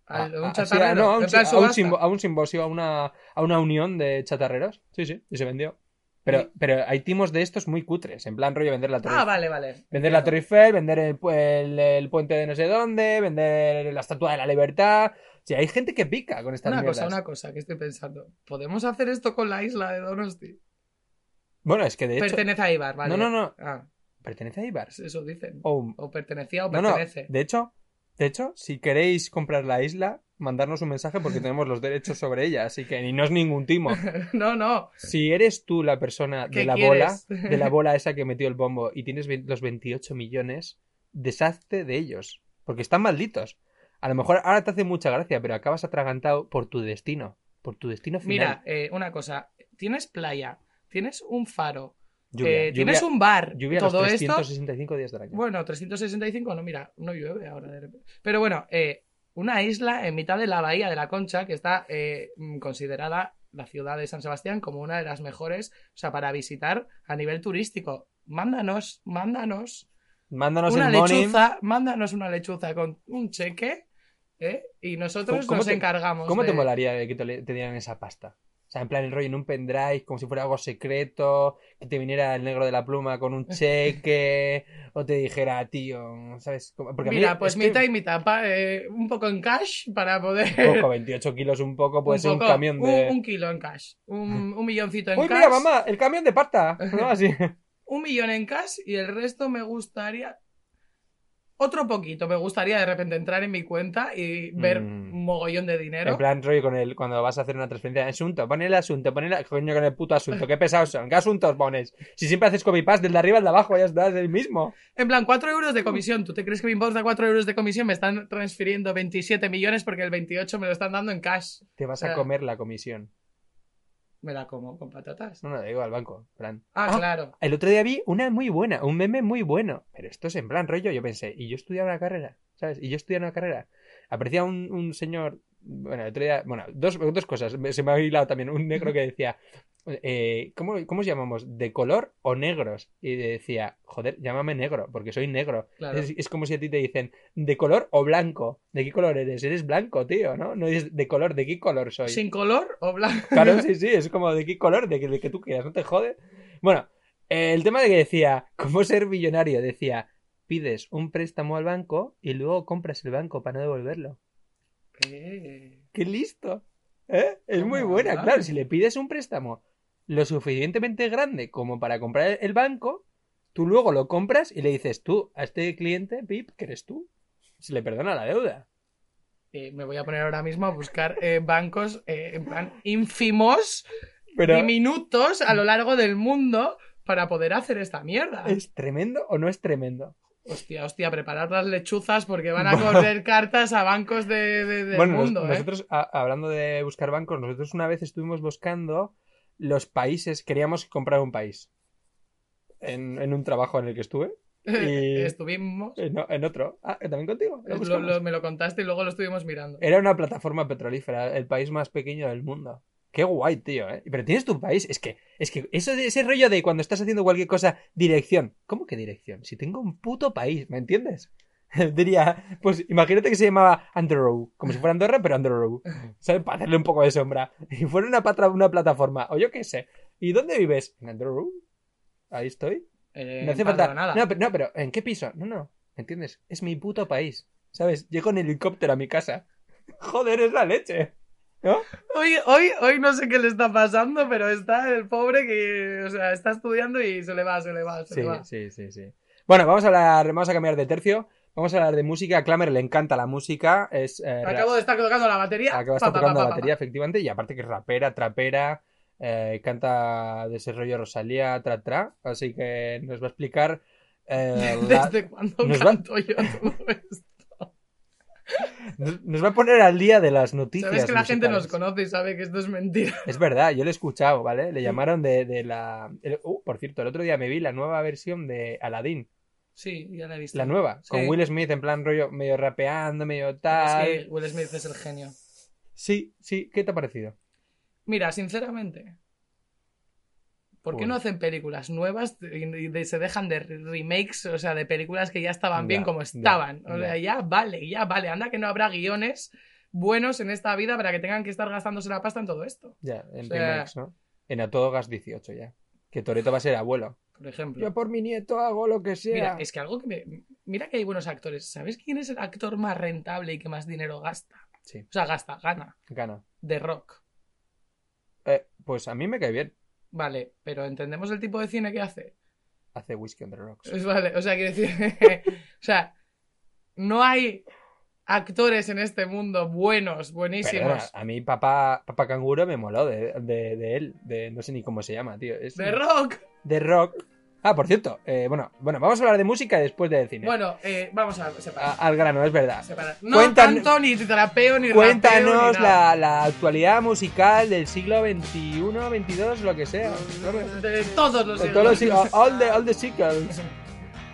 S3: A-
S2: ¿A un
S3: a- Ah, sí, a-
S2: chatarrero?
S3: no, a un,
S2: En plan,
S3: chi- a un
S2: subasta.
S3: simbo- a un simposio, a una, a una unión de chatarreros. Sí, sí, y se vendió. Pero,
S2: Sí.
S3: pero hay timos de estos muy cutres, en plan rollo vender la Torre
S2: Ah, vale, vale.
S3: Vender la Torre Eiffel, vender el, pu- el- el puente de no sé dónde, vender la Estatua de la Libertad. Sí, hay gente que pica con estas
S2: Una
S3: mierdas.
S2: cosa, una cosa que estoy pensando. ¿Podemos hacer esto con la isla de Donosti?
S3: Bueno, es que de hecho...
S2: Pertenece a Ibar,
S3: No,
S2: ¿vale?
S3: no, no.
S2: Ah,
S3: ¿Pertenece a Ibar?
S2: eso dicen.
S3: O-
S2: O pertenecía o
S3: No, no.
S2: pertenece.
S3: De hecho, de hecho, si queréis comprar la isla, mandarnos un mensaje porque tenemos los derechos sobre ella. Así que ni no es ningún timo.
S2: No, no.
S3: Si eres tú la persona de
S2: ¿Qué
S3: la
S2: quieres?
S3: bola, de la bola esa que metió el bombo y tienes ve- los 28 millones, deshazte de ellos, porque están malditos. A lo mejor ahora te hace mucha gracia, pero acabas atragantado por tu destino, por tu destino final.
S2: Mira, eh, una cosa. Tienes playa, tienes un faro,
S3: Lluvia,
S2: eh, tienes
S3: lluvia-
S2: un bar.
S3: lluvia
S2: todo
S3: los
S2: esto.
S3: 365 días del año.
S2: Bueno, 365 no, mira, no llueve ahora de repente. Pero bueno, eh, una isla en mitad de la bahía de la Concha que está eh, considerada la ciudad de San Sebastián como una de las mejores, o sea, para visitar a nivel turístico. Mándanos, mándanos
S3: Mándanos
S2: una
S3: el money.
S2: lechuza, mándanos una lechuza con un cheque ¿eh? y
S3: ¿Cómo-
S2: nosotros
S3: cómo
S2: nos
S3: te-
S2: encargamos.
S3: ¿Cómo
S2: de-
S3: te molaría que te le- te dieran esa pasta? O sea, en plan el rollo en un pendrive, como si fuera algo secreto, que te viniera el negro de la pluma con un cheque, o te dijera, tío, ¿sabes? Como- Porque a mí
S2: Mira, pues
S3: es que
S2: mitad y mitad, pa- eh, un poco en cash para poder...
S3: Poco, 28 kilos un poco, puede
S2: un
S3: ser un
S2: poco,
S3: camión de...
S2: un, un kilo en cash, un, un milloncito en
S3: ¡Uy,
S2: cash,
S3: mira, mamá! ¡El camión de pasta! ¿No? Así.
S2: un millón en cash y el resto me gustaría... Otro poquito, me gustaría de repente entrar en mi cuenta y ver
S3: Mm.
S2: un mogollón de
S3: En
S2: dinero.
S3: plan rollo con el, cuando vas a hacer una transferencia, asunto, pon el asunto, pon el... Coño, con el puto asunto, qué pesados son, qué asuntos pones. Si siempre haces copy-paste del de arriba al de abajo, ya está, es el mismo.
S2: En plan, 4 euros de comisión. ¿Tú te crees que me importa 4 euros de comisión? Me están transfiriendo 27 millones porque el 28 me lo están dando en cash.
S3: Te vas
S2: O
S3: a
S2: sea,
S3: comer la comisión.
S2: Me la como con patatas.
S3: No, no, digo al banco, en plan...
S2: Ah,
S3: Ah,
S2: claro.
S3: El otro día vi una muy buena, un meme muy bueno. Pero esto es en plan rollo. Yo pensé, y yo estudiaba una carrera, ¿sabes? Y yo estudiaba una carrera. Aparecía un, un señor. Bueno, el otro día. Bueno, dos, dos cosas. me- Se me ha hilado también un negro que decía. eh, ¿cómo, ¿Cómo os llamamos? ¿De color o negros? Y decía, joder, llámame negro, porque soy negro.
S2: Claro.
S3: Es, es como si a ti te dicen, ¿de color o blanco? ¿De qué color eres? Eres blanco, tío, ¿no? No dices, ¿de color? ¿De qué color soy?
S2: ¿Sin color o blanco?
S3: Claro, sí, sí, es como de qué color, de que, de que tú quieras, no te jode. Bueno, eh, el tema de que decía, ¿cómo ser millonario? Decía, pides un préstamo al banco y luego compras el banco para no devolverlo.
S2: Eh,
S3: ¡Qué listo! ¿Eh? Es muy
S2: Toma,
S3: buena,
S2: ¿verdad?
S3: claro, si le pides un préstamo lo suficientemente grande como para comprar el banco, tú luego lo compras y le dices tú a este cliente, Pip, que eres tú, se le perdona la deuda.
S2: eh, me voy a poner ahora mismo a buscar eh, bancos eh, en plan ínfimos,
S3: Pero
S2: diminutos a lo largo del mundo para poder hacer esta mierda.
S3: ¿es tremendo o no es tremendo?
S2: Hostia, hostia, preparad las lechuzas porque van a correr cartas a bancos de, de- del
S3: bueno, nos-
S2: mundo. ¿eh?
S3: nosotros, a- hablando de buscar bancos, nosotros una vez estuvimos buscando los países, queríamos comprar un país. En, en un trabajo en el que estuve. y-
S2: Estuvimos.
S3: En, en otro. Ah, también contigo. eh, Lo
S2: Lo-
S3: buscamos. Eh,
S2: lo- me lo contaste y luego lo estuvimos mirando.
S3: Era una plataforma petrolífera, el país más pequeño del mundo. Qué guay, tío, ¿eh? Pero tienes tu país. Es que, es que eso de ese rollo de cuando estás haciendo cualquier cosa, dirección. ¿Cómo que dirección? Si tengo un puto país, ¿me entiendes? Diría, pues imagínate que se llamaba Andorrow, como si fuera Andorra, pero Andorrow. ¿Sabes? Para hacerle un poco de sombra. Y fuera una, patra- una plataforma, o yo qué sé. ¿Y dónde vives? En Andorrow. Ahí estoy.
S2: Eh,
S3: No hace
S2: en
S3: falta
S2: Padronada.
S3: No, pero, no, pero ¿en qué piso? No, no. ¿Me entiendes? Es mi puto país. ¿Sabes? Llego en helicóptero a mi casa. Joder, es la leche. ¿No?
S2: Hoy, hoy, hoy no sé qué le está pasando, pero está el pobre que, o sea, está estudiando y se le va, se le va, se
S3: Sí,
S2: le va.
S3: sí, sí, sí. Bueno, vamos a hablar, vamos a cambiar de tercio. Vamos a hablar de música. A Clamer le encanta la música. Es eh,
S2: Me Acabo de estar tocando la batería.
S3: acaba de
S2: Pa,
S3: estar
S2: pa,
S3: tocando
S2: pa,
S3: la
S2: pa,
S3: batería, efectivamente, y aparte que es rapera, trapera, eh, canta de ese rollo Rosalía, tra, tra, así que nos va a explicar eh,
S2: pa.
S3: la-
S2: ¿Desde cuándo
S3: Nos van-
S2: canto yo todo esto?
S3: nos, nos va a poner al día de las noticias.
S2: Sabes que la gente nos
S3: musicales.
S2: conoce y sabe que esto es mentira.
S3: Es verdad, yo lo he escuchado, ¿vale? Le llamaron de, de la... el- uh, por cierto, el otro día me vi la nueva versión de Aladdin,
S2: Sí, ya la he visto.
S3: la nueva,
S2: Sí.
S3: con Will Smith en plan rollo medio rapeando, medio tal.
S2: Es que Will Smith es el genio.
S3: Sí, sí, ¿qué te ha parecido?
S2: Mira, sinceramente, ¿por qué
S3: Uy.
S2: no hacen películas nuevas y, y de- se dejan de remakes, o sea, de películas que ya estaban bien
S3: Ya,
S2: como
S3: ya,
S2: estaban? o sea,
S3: ya.
S2: ya vale, ya vale. Anda que no habrá guiones buenos en esta vida para que tengan que estar gastándose la pasta en todo esto,
S3: Ya, en
S2: O sea-
S3: remakes, ¿no? En A Todo Gas 18 ya. Que Toreto va a ser abuelo.
S2: por ejemplo.
S3: Yo por mi nieto hago lo que sea.
S2: Mira, es que algo que me... Mira que hay buenos actores. ¿Sabes quién es el actor más rentable y que más dinero gasta?
S3: Sí,
S2: O sea, gasta, gana.
S3: gana.
S2: De rock.
S3: Eh, pues a mí me cae bien.
S2: Vale, pero ¿entendemos el tipo de cine que hace?
S3: Hace Whiskey on the Rocks.
S2: Pues vale, o sea, quiero decir, o sea, no hay actores en este mundo buenos,
S3: Perdona,
S2: buenísimos.
S3: a mí papá, papá canguro me moló de, de- de él. De, no sé ni cómo se llama, tío. Es
S2: De rock.
S3: de rock. Ah, por cierto, eh, bueno, bueno, vamos a hablar de música después de cine.
S2: Bueno, eh, vamos a
S3: A-
S2: separar.
S3: al grano, es verdad.
S2: separar. No
S3: Cuentan-
S2: tanto ni trapeo ni rapeo,
S3: Ah. Cuéntanos
S2: ni nada.
S3: la, la actualidad musical del siglo XXI, XXII, lo que sea.
S2: De todos los
S3: De todos los
S2: siglos.
S3: siglos, all the, all the cycles.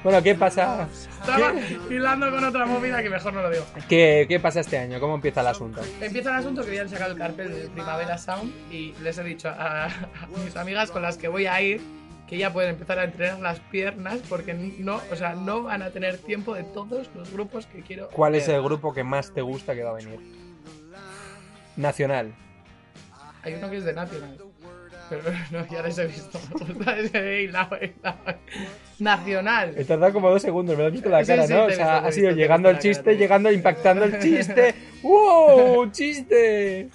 S3: Bueno, ¿qué pasa?
S2: Estaba hilando con otra movida que mejor no lo digo.
S3: ¿Qué, qué pasa este año? ¿Cómo empieza el asunto?
S2: Empieza el asunto que habían sacado el cartel de Primavera Sound y les he dicho a, a mis amigas con las que voy a ir que ya pueden empezar a entrenar las piernas porque no, o sea, no van a tener tiempo de todos los grupos que quiero.
S3: ¿Cuál es
S2: ver.
S3: el grupo que más te gusta que va a venir? Nacional.
S2: Hay uno que es de Nacional. Pero no, ya les he visto. He hilado, he hilado. Nacional.
S3: He tardado como dos segundos, me lo has visto la
S2: Sí,
S3: cara,
S2: sí,
S3: ¿no?
S2: te
S3: O
S2: he
S3: sea,
S2: visto, te he
S3: ha sido
S2: visto, te he
S3: llegando el
S2: visto la
S3: chiste,
S2: cara.
S3: llegando, impactando el chiste. ¡Wow! ¡Chiste!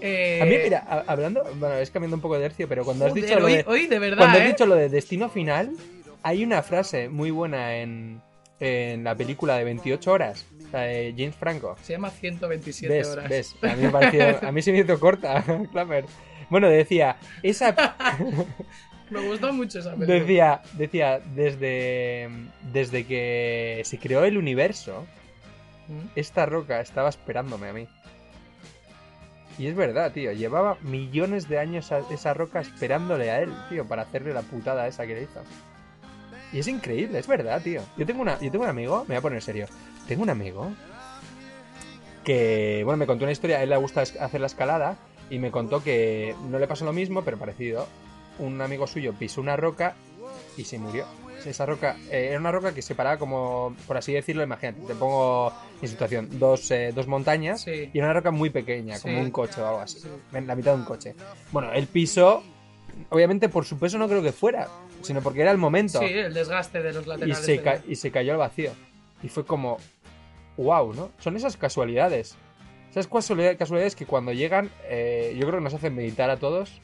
S2: Eh,
S3: A mí, mira, a- hablando, bueno, es cambiando un poco de tercio, pero cuando has
S2: joder,
S3: dicho lo
S2: hoy,
S3: de,
S2: hoy de verdad.
S3: cuando
S2: eh.
S3: has dicho lo de destino final, hay una frase muy buena en, en la película de 28 horas, la de James Franco.
S2: Se llama 127
S3: ¿Ves?
S2: horas.
S3: ¿Ves? A mí, me pareció- a mí se me hizo corta, Clapper. Bueno, decía, esa,
S2: Me gustó mucho esa película.
S3: decía, decía, desde, desde que se creó el universo,
S2: ¿Mm?
S3: esta roca estaba esperándome a mí. Y es verdad, tío, llevaba millones de años a- esa roca esperándole a él, tío, para hacerle la putada esa que le hizo. Y es increíble, es verdad, tío. Yo tengo, una, yo tengo un amigo, me voy a poner serio, tengo un amigo que, bueno, me contó una historia, a él le gusta es- hacer la escalada y me contó que no le pasó lo mismo, pero parecido. Un amigo suyo pisó una roca y se murió. Esa roca eh, era una roca que separaba como, por así decirlo, imagínate, te pongo en situación, dos, eh, dos montañas
S2: Sí.
S3: y una roca muy pequeña, como
S2: Sí.
S3: un coche o algo así,
S2: Sí.
S3: en la mitad de un coche. Bueno, el piso, obviamente por su peso no creo que fuera, sino porque era el momento
S2: Sí, el desgaste de los
S3: y
S2: laterales.
S3: se,
S2: del-
S3: ca- y se cayó al vacío. Y fue como, wow, ¿no? Son esas casualidades. Esas casualidad- casualidades que cuando llegan, eh, yo creo que nos hacen meditar a todos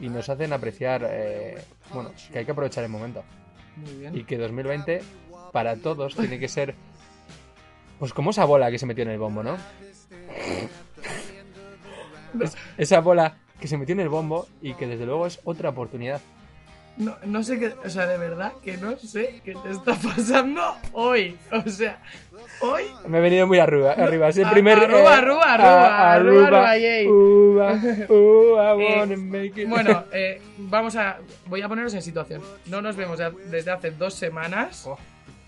S3: y nos hacen apreciar, eh, bueno, que hay que aprovechar el momento.
S2: Muy
S3: Y
S2: bien.
S3: que 2020 para todos tiene que ser, pues como esa bola que se metió en el bombo, ¿no? Es- esa bola que se metió en el bombo y que desde luego es otra oportunidad.
S2: No, no sé qué. O sea, de verdad que no sé qué te está pasando hoy. O sea, hoy.
S3: Me he venido muy arriba, arriba. Es el
S2: a-
S3: primer. eh,
S2: arruba, arruba, arruba, arruba, arruba, yay.
S3: uva, uva,
S2: Eh,
S3: wanna make it.
S2: Bueno, eh, vamos a. Voy a poneros en situación. No nos vemos ya desde hace dos semanas.
S3: Oh.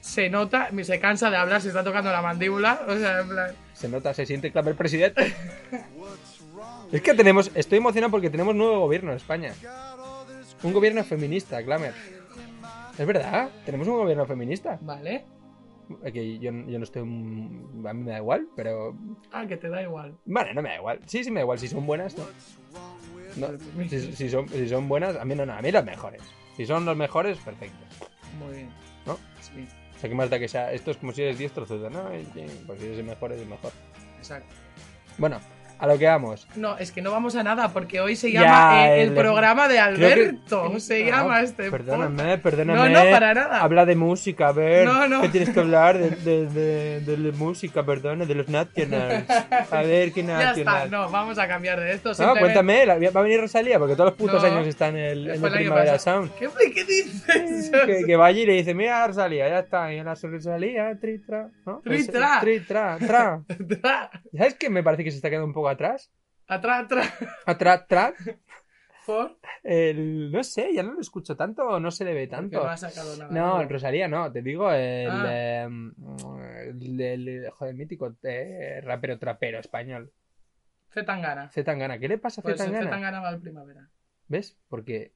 S2: Se nota, se cansa de hablar, se está tocando la mandíbula. O sea, en plan.
S3: Se nota, se siente clave el presidente. Es que tenemos, estoy emocionado porque tenemos nuevo gobierno en España. Un gobierno feminista, Clamer. Es verdad, tenemos un gobierno feminista.
S2: Vale.
S3: Que yo, yo no estoy. mm, A mí me da igual, pero.
S2: Ah, que te da igual.
S3: Bueno, no me da igual. Sí, sí, me da igual. Si son buenas, no. No, si, si son, si son buenas, a mí no, no, a mí las mejores. Si son los mejores, perfecto.
S2: Muy bien.
S3: ¿No?
S2: Sí,
S3: O sea, que más da que sea. Esto es como si eres diestro zurdo, ¿no? Y- y- Pues si eres el mejor, eres el mejor.
S2: exacto.
S3: Bueno, a lo que vamos.
S2: No, es que no vamos a nada porque hoy se
S3: Ya,
S2: llama eh, el,
S3: el-
S2: programa de
S3: Creo que- Eh,
S2: Alberto. Se
S3: No,
S2: llama este. pod-
S3: Perdóname, perdóname.
S2: No, no, para nada.
S3: Habla de música, a ver.
S2: No, no.
S3: ¿Qué tienes que hablar? De, de, de, de la música, perdona, de los Nationals. A ver, ¿qué
S2: Ya
S3: Nationals?
S2: está, no, vamos a cambiar de esto.
S3: No,
S2: simplemente-
S3: Ah, cuéntame, ¿la- ¿va a venir Rosalía? Porque todos los putos
S2: No.
S3: años está en el, en
S2: Fue
S3: el
S2: el año
S3: Primavera
S2: pasado.
S3: Sound.
S2: ¿Qué, qué dices?
S3: Que, que va allí y le dice, mira Rosalía, ya está, y la Rosalía, tri, tra, ¿no?
S2: Tri,
S3: Es-
S2: tra.
S3: Tri, tra, tra.
S2: Atrás,
S3: ¿Sabes qué? Me parece que se está quedando un poco atrás.
S2: atrás.
S3: Atrás, atrás.
S2: Por.
S3: El, no sé, ya no lo escucho tanto o no se le ve tanto.
S2: Porque no ha sacado nada.
S3: No, el Rosalía no, te digo el,
S2: Ah.
S3: em, el, el- joder, mítico eh, rapero trapero español.
S2: Zetangana.
S3: Z Tangana, ¿qué le pasa a Z
S2: Pues el
S3: Tangana?
S2: Zetangana va al primavera.
S3: Eh,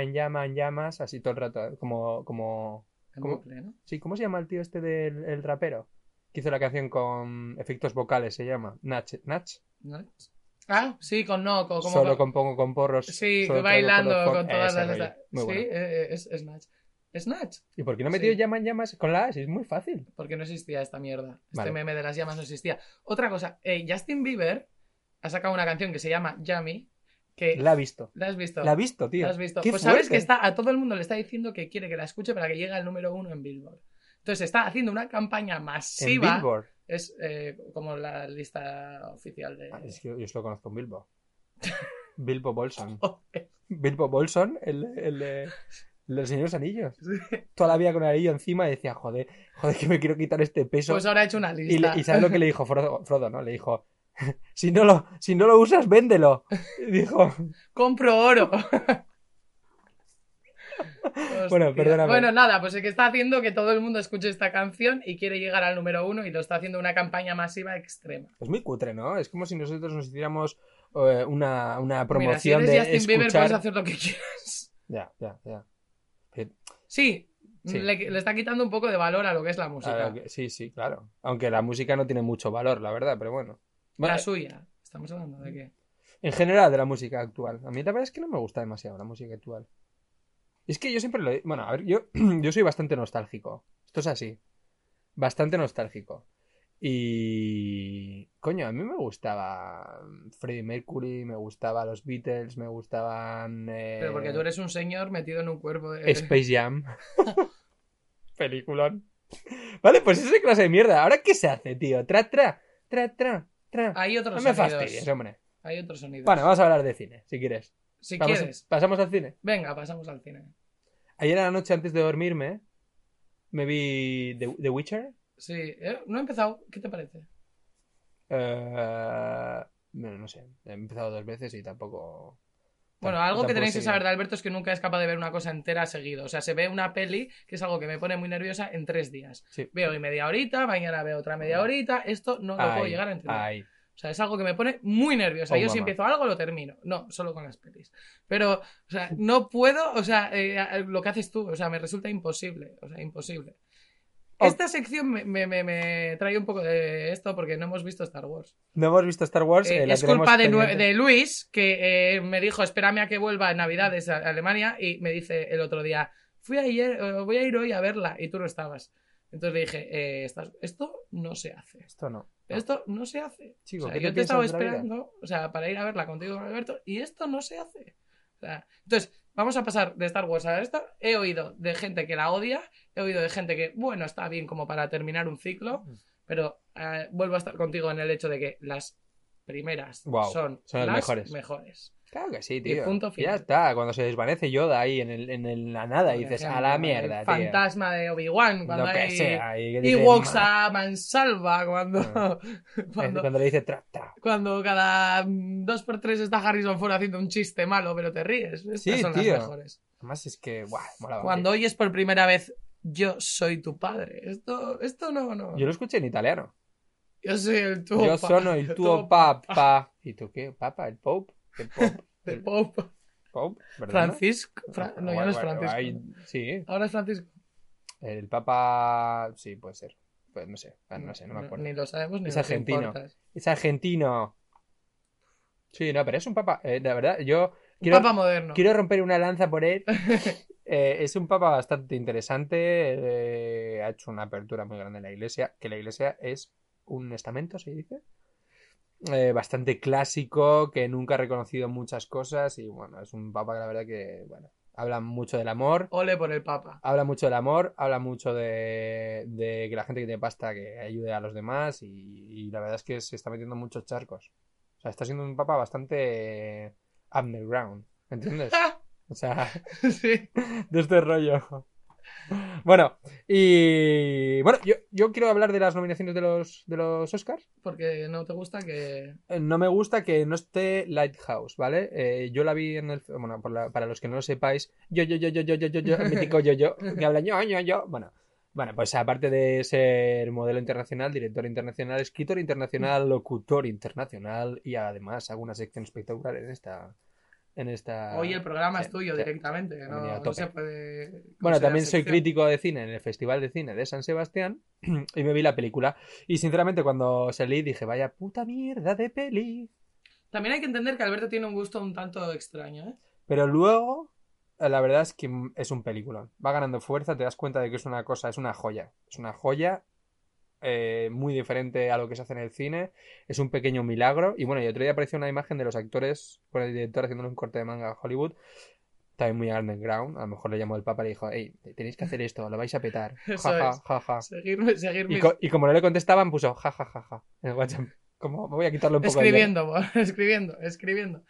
S3: este
S2: Ah, eh, Este eh, Pues Entonces se está haciendo una campaña
S3: en
S2: masiva.
S3: Billboard.
S2: Es eh, como la lista oficial de.
S3: Ah, es que yo solo conozco en Bilbo. Bilbo Bolson.
S2: Oh,
S3: Bilbo Bolson, el, el, de- el del Señor de los Anillos. Toda la vida con el anillo encima y decía, joder, joder, que me quiero quitar este peso.
S2: Pues ahora he hecho una
S3: y,
S2: lista.
S3: le- y ¿sabes lo que le dijo Frodo, Frodo, no? Le dijo, si no lo, si no lo usas, véndelo. Y dijo,
S2: Compro oro.
S3: Bueno, perdóname.
S2: Bueno, nada, pues es que está haciendo que todo el mundo escuche esta canción y quiere llegar al número uno y lo está haciendo una campaña masiva extrema.
S3: es muy cutre, ¿no? Es como si nosotros nos hiciéramos eh, una, una
S2: Mira, si
S3: promoción
S2: eres
S3: de
S2: Justin
S3: escuchar...
S2: Bieber pues puedes hacer lo que quieras.
S3: Ya, ya, ya.
S2: Sí,
S3: Sí.
S2: Le, le está quitando un poco de valor a lo que es la música.
S3: Ah, que- sí, sí, claro. Aunque la música no tiene mucho valor, la verdad, pero bueno. Bueno, eh,
S2: La suya. Estamos hablando de qué.
S3: En general, de la música actual. A mí la verdad es que no me gusta demasiado la música actual. Es que yo siempre lo... he- Bueno, a ver, yo, yo soy bastante nostálgico. Esto es así. Bastante nostálgico. Y... Coño, a mí me gustaba Freddie Mercury, me gustaba los Beatles, me gustaban... eh,
S2: Pero porque tú eres un señor metido en un cuerpo de.
S3: Space Jam. Peliculón. Vale, pues esa clase de mierda. ¿Ahora qué se hace, tío? Tra, tra, tra, tra, tra.
S2: Hay otros
S3: No me
S2: Ah, sonidos.
S3: fastidies, hombre.
S2: Hay otros sonidos.
S3: Bueno, vamos a hablar de cine, si quieres.
S2: si
S3: Vamos-
S2: quieres.
S3: Pasamos al cine.
S2: Venga, pasamos al cine.
S3: Ayer a la noche, antes de dormirme, me vi The, The Witcher.
S2: Sí, eh, no he empezado. ¿Qué te parece?
S3: Eh, bueno, no sé. He empezado dos veces y tampoco. tampoco-
S2: Bueno, algo que
S3: tampoco
S2: tenéis que
S3: seguía.
S2: saber de Alberto es que nunca es capaz de ver una cosa entera seguido. O sea, se ve una peli, que es algo que me pone muy nerviosa, en tres días.
S3: Sí.
S2: Veo hoy media horita, mañana veo otra media horita. Esto no lo puedo
S3: Ay,
S2: llegar a entender.
S3: ay.
S2: O sea, es algo que me pone muy nerviosa.
S3: Oh,
S2: Yo si
S3: mamá.
S2: empiezo algo lo termino. No, solo con las pelis. Pero, o sea, no puedo, o sea, eh, lo que haces tú, o sea, me resulta imposible. O sea, imposible.
S3: Oh.
S2: Esta sección me, me- me- me trae un poco de esto porque no hemos visto Star Wars.
S3: No hemos visto Star Wars.
S2: Eh,
S3: eh, la
S2: es
S3: tenemos
S2: culpa de, nue-
S3: pendiente.
S2: de Luis, que eh, me dijo, espérame a que vuelva en Navidades a Alemania, y me dice el otro día, fui ayer, eh, voy a ir hoy a verla, y tú no estabas. Entonces le dije, eh, estás- esto no se hace.
S3: Esto no. Ah,
S2: Pero esto no se hace.
S3: Chico,
S2: O sea,
S3: Ah. ¿qué te
S2: yo te
S3: piensas
S2: estaba
S3: de la vida?
S2: esperando, o sea, para ir a verla contigo con Alberto, y esto no se hace. O sea, entonces, vamos a pasar de Star Wars a esta. He oído de gente que la odia, he oído de gente que, bueno, está bien como para terminar un ciclo, pero eh, vuelvo a estar contigo en el hecho de que las primeras
S3: Guau,
S2: son,
S3: son las
S2: las
S3: mejores.
S2: mejores.
S3: Claro que sí,
S2: Y
S3: tío.
S2: punto
S3: Ya
S2: final.
S3: está. Cuando se desvanece Yoda ahí en, el, en el- la nada, y
S2: Por
S3: dices, a
S2: ejemplo,
S3: la
S2: el
S3: mierda, tío.
S2: Fantasma de Obi-Wan, cuando
S3: Lo que
S2: hay
S3: sea. Y, que dices,
S2: Ewoks
S3: "Ma-".
S2: a mansalva, cuando...
S3: Ah.
S2: cuando
S3: Cuando le dice, tra, tra.
S2: Cuando cada mm, dos por tres está Harrison Ford haciendo un chiste malo, pero te ríes. Estas
S3: Sí,
S2: son
S3: tío.
S2: las mejores.
S3: Además es que, guau, molaba.
S2: Cuando oyes por primera vez yo soy tu padre. Esto, esto no, no.
S3: Yo lo escuché en italiano.
S2: Yo soy el tuo
S3: Yo
S2: pa-
S3: sono il tuo
S2: pa-
S3: papá. ¿Y tú qué? ¿Papa? ¿El Pope? ¿El Pope?
S2: de Pope.
S3: ¿Pope? ¿Perdona?
S2: Francisco. Fra- no, ya no es
S3: Bueno,
S2: Francisco.
S3: ahí- sí,
S2: Ahora es Francisco.
S3: el Papa. Sí, puede ser. Pues no sé, Ah, no sé, no me acuerdo.
S2: Ni lo sabemos ni
S3: Es
S2: nos
S3: argentino.
S2: importa.
S3: Es argentino. Sí, no, pero es un papa. eh, la verdad, yo
S2: Un
S3: quiero,
S2: papa moderno.
S3: quiero romper una lanza por él. Eh, es un papa bastante interesante. eh, ha hecho una apertura muy grande en la iglesia. Que la iglesia es un estamento, se dice. eh, bastante clásico, que nunca ha reconocido muchas cosas. Y bueno, es un papa que la verdad que, bueno, habla mucho del amor.
S2: Ole por el papa.
S3: Habla mucho del amor, habla mucho de, de que la gente que tiene pasta que ayude a los demás y, y la verdad es que se está metiendo en muchos charcos. O sea, está siendo un papa bastante eh, underground, ¿entiendes? O sea,
S2: sí.
S3: de este rollo. Bueno, y bueno, yo, yo quiero hablar de las nominaciones de los, de los Oscars.
S2: Porque no te gusta que.
S3: Eh, No me gusta que no esté Lighthouse, ¿vale? Eh, yo la vi en el... Bueno, por la- para los que no lo sepáis, yo, yo, yo, yo, yo, yo, yo, yo, el mítico yo, yo, que habla yo, yo, yo. Bueno, bueno, pues aparte de ser modelo internacional, director internacional, escritor internacional, locutor internacional y además hago una sección espectacular en esta... En esta...
S2: Hoy el programa
S3: Ah, sí,
S2: es tuyo
S3: sí.
S2: directamente. que
S3: Ha venido a
S2: No, no
S3: tope.
S2: se puede.
S3: Bueno,
S2: considerar
S3: también soy
S2: sección.
S3: crítico de cine en el Festival de Cine de San Sebastián y me vi la película. Y sinceramente cuando salí dije, vaya puta mierda de peli.
S2: También hay que entender que Alberto tiene un gusto un tanto extraño, ¿eh?
S3: Pero luego, eh, la verdad es que mm, es un peliculón. Va ganando fuerza, te das cuenta de que es una cosa, es una joya. Es una joya eh, muy diferente a lo que se hace en el cine. Es un pequeño milagro. Y bueno, y otro día apareció una imagen de los actores con el director haciéndole un corte de manga a Hollywood. también muy underground. A lo mejor le llamó el Papa y le dijo, hey, tenéis que hacer esto, lo vais a petar.
S2: Eso
S3: Ja, ja,
S2: es.
S3: ja, ja.
S2: Seguirme, seguirme.
S3: Y, co- y como no le contestaban, puso ja, ja, ja, ja, en el WhatsApp. Como voy a quitarlo un poco de
S2: Escribiendo, bo- escribiendo, escribiendo.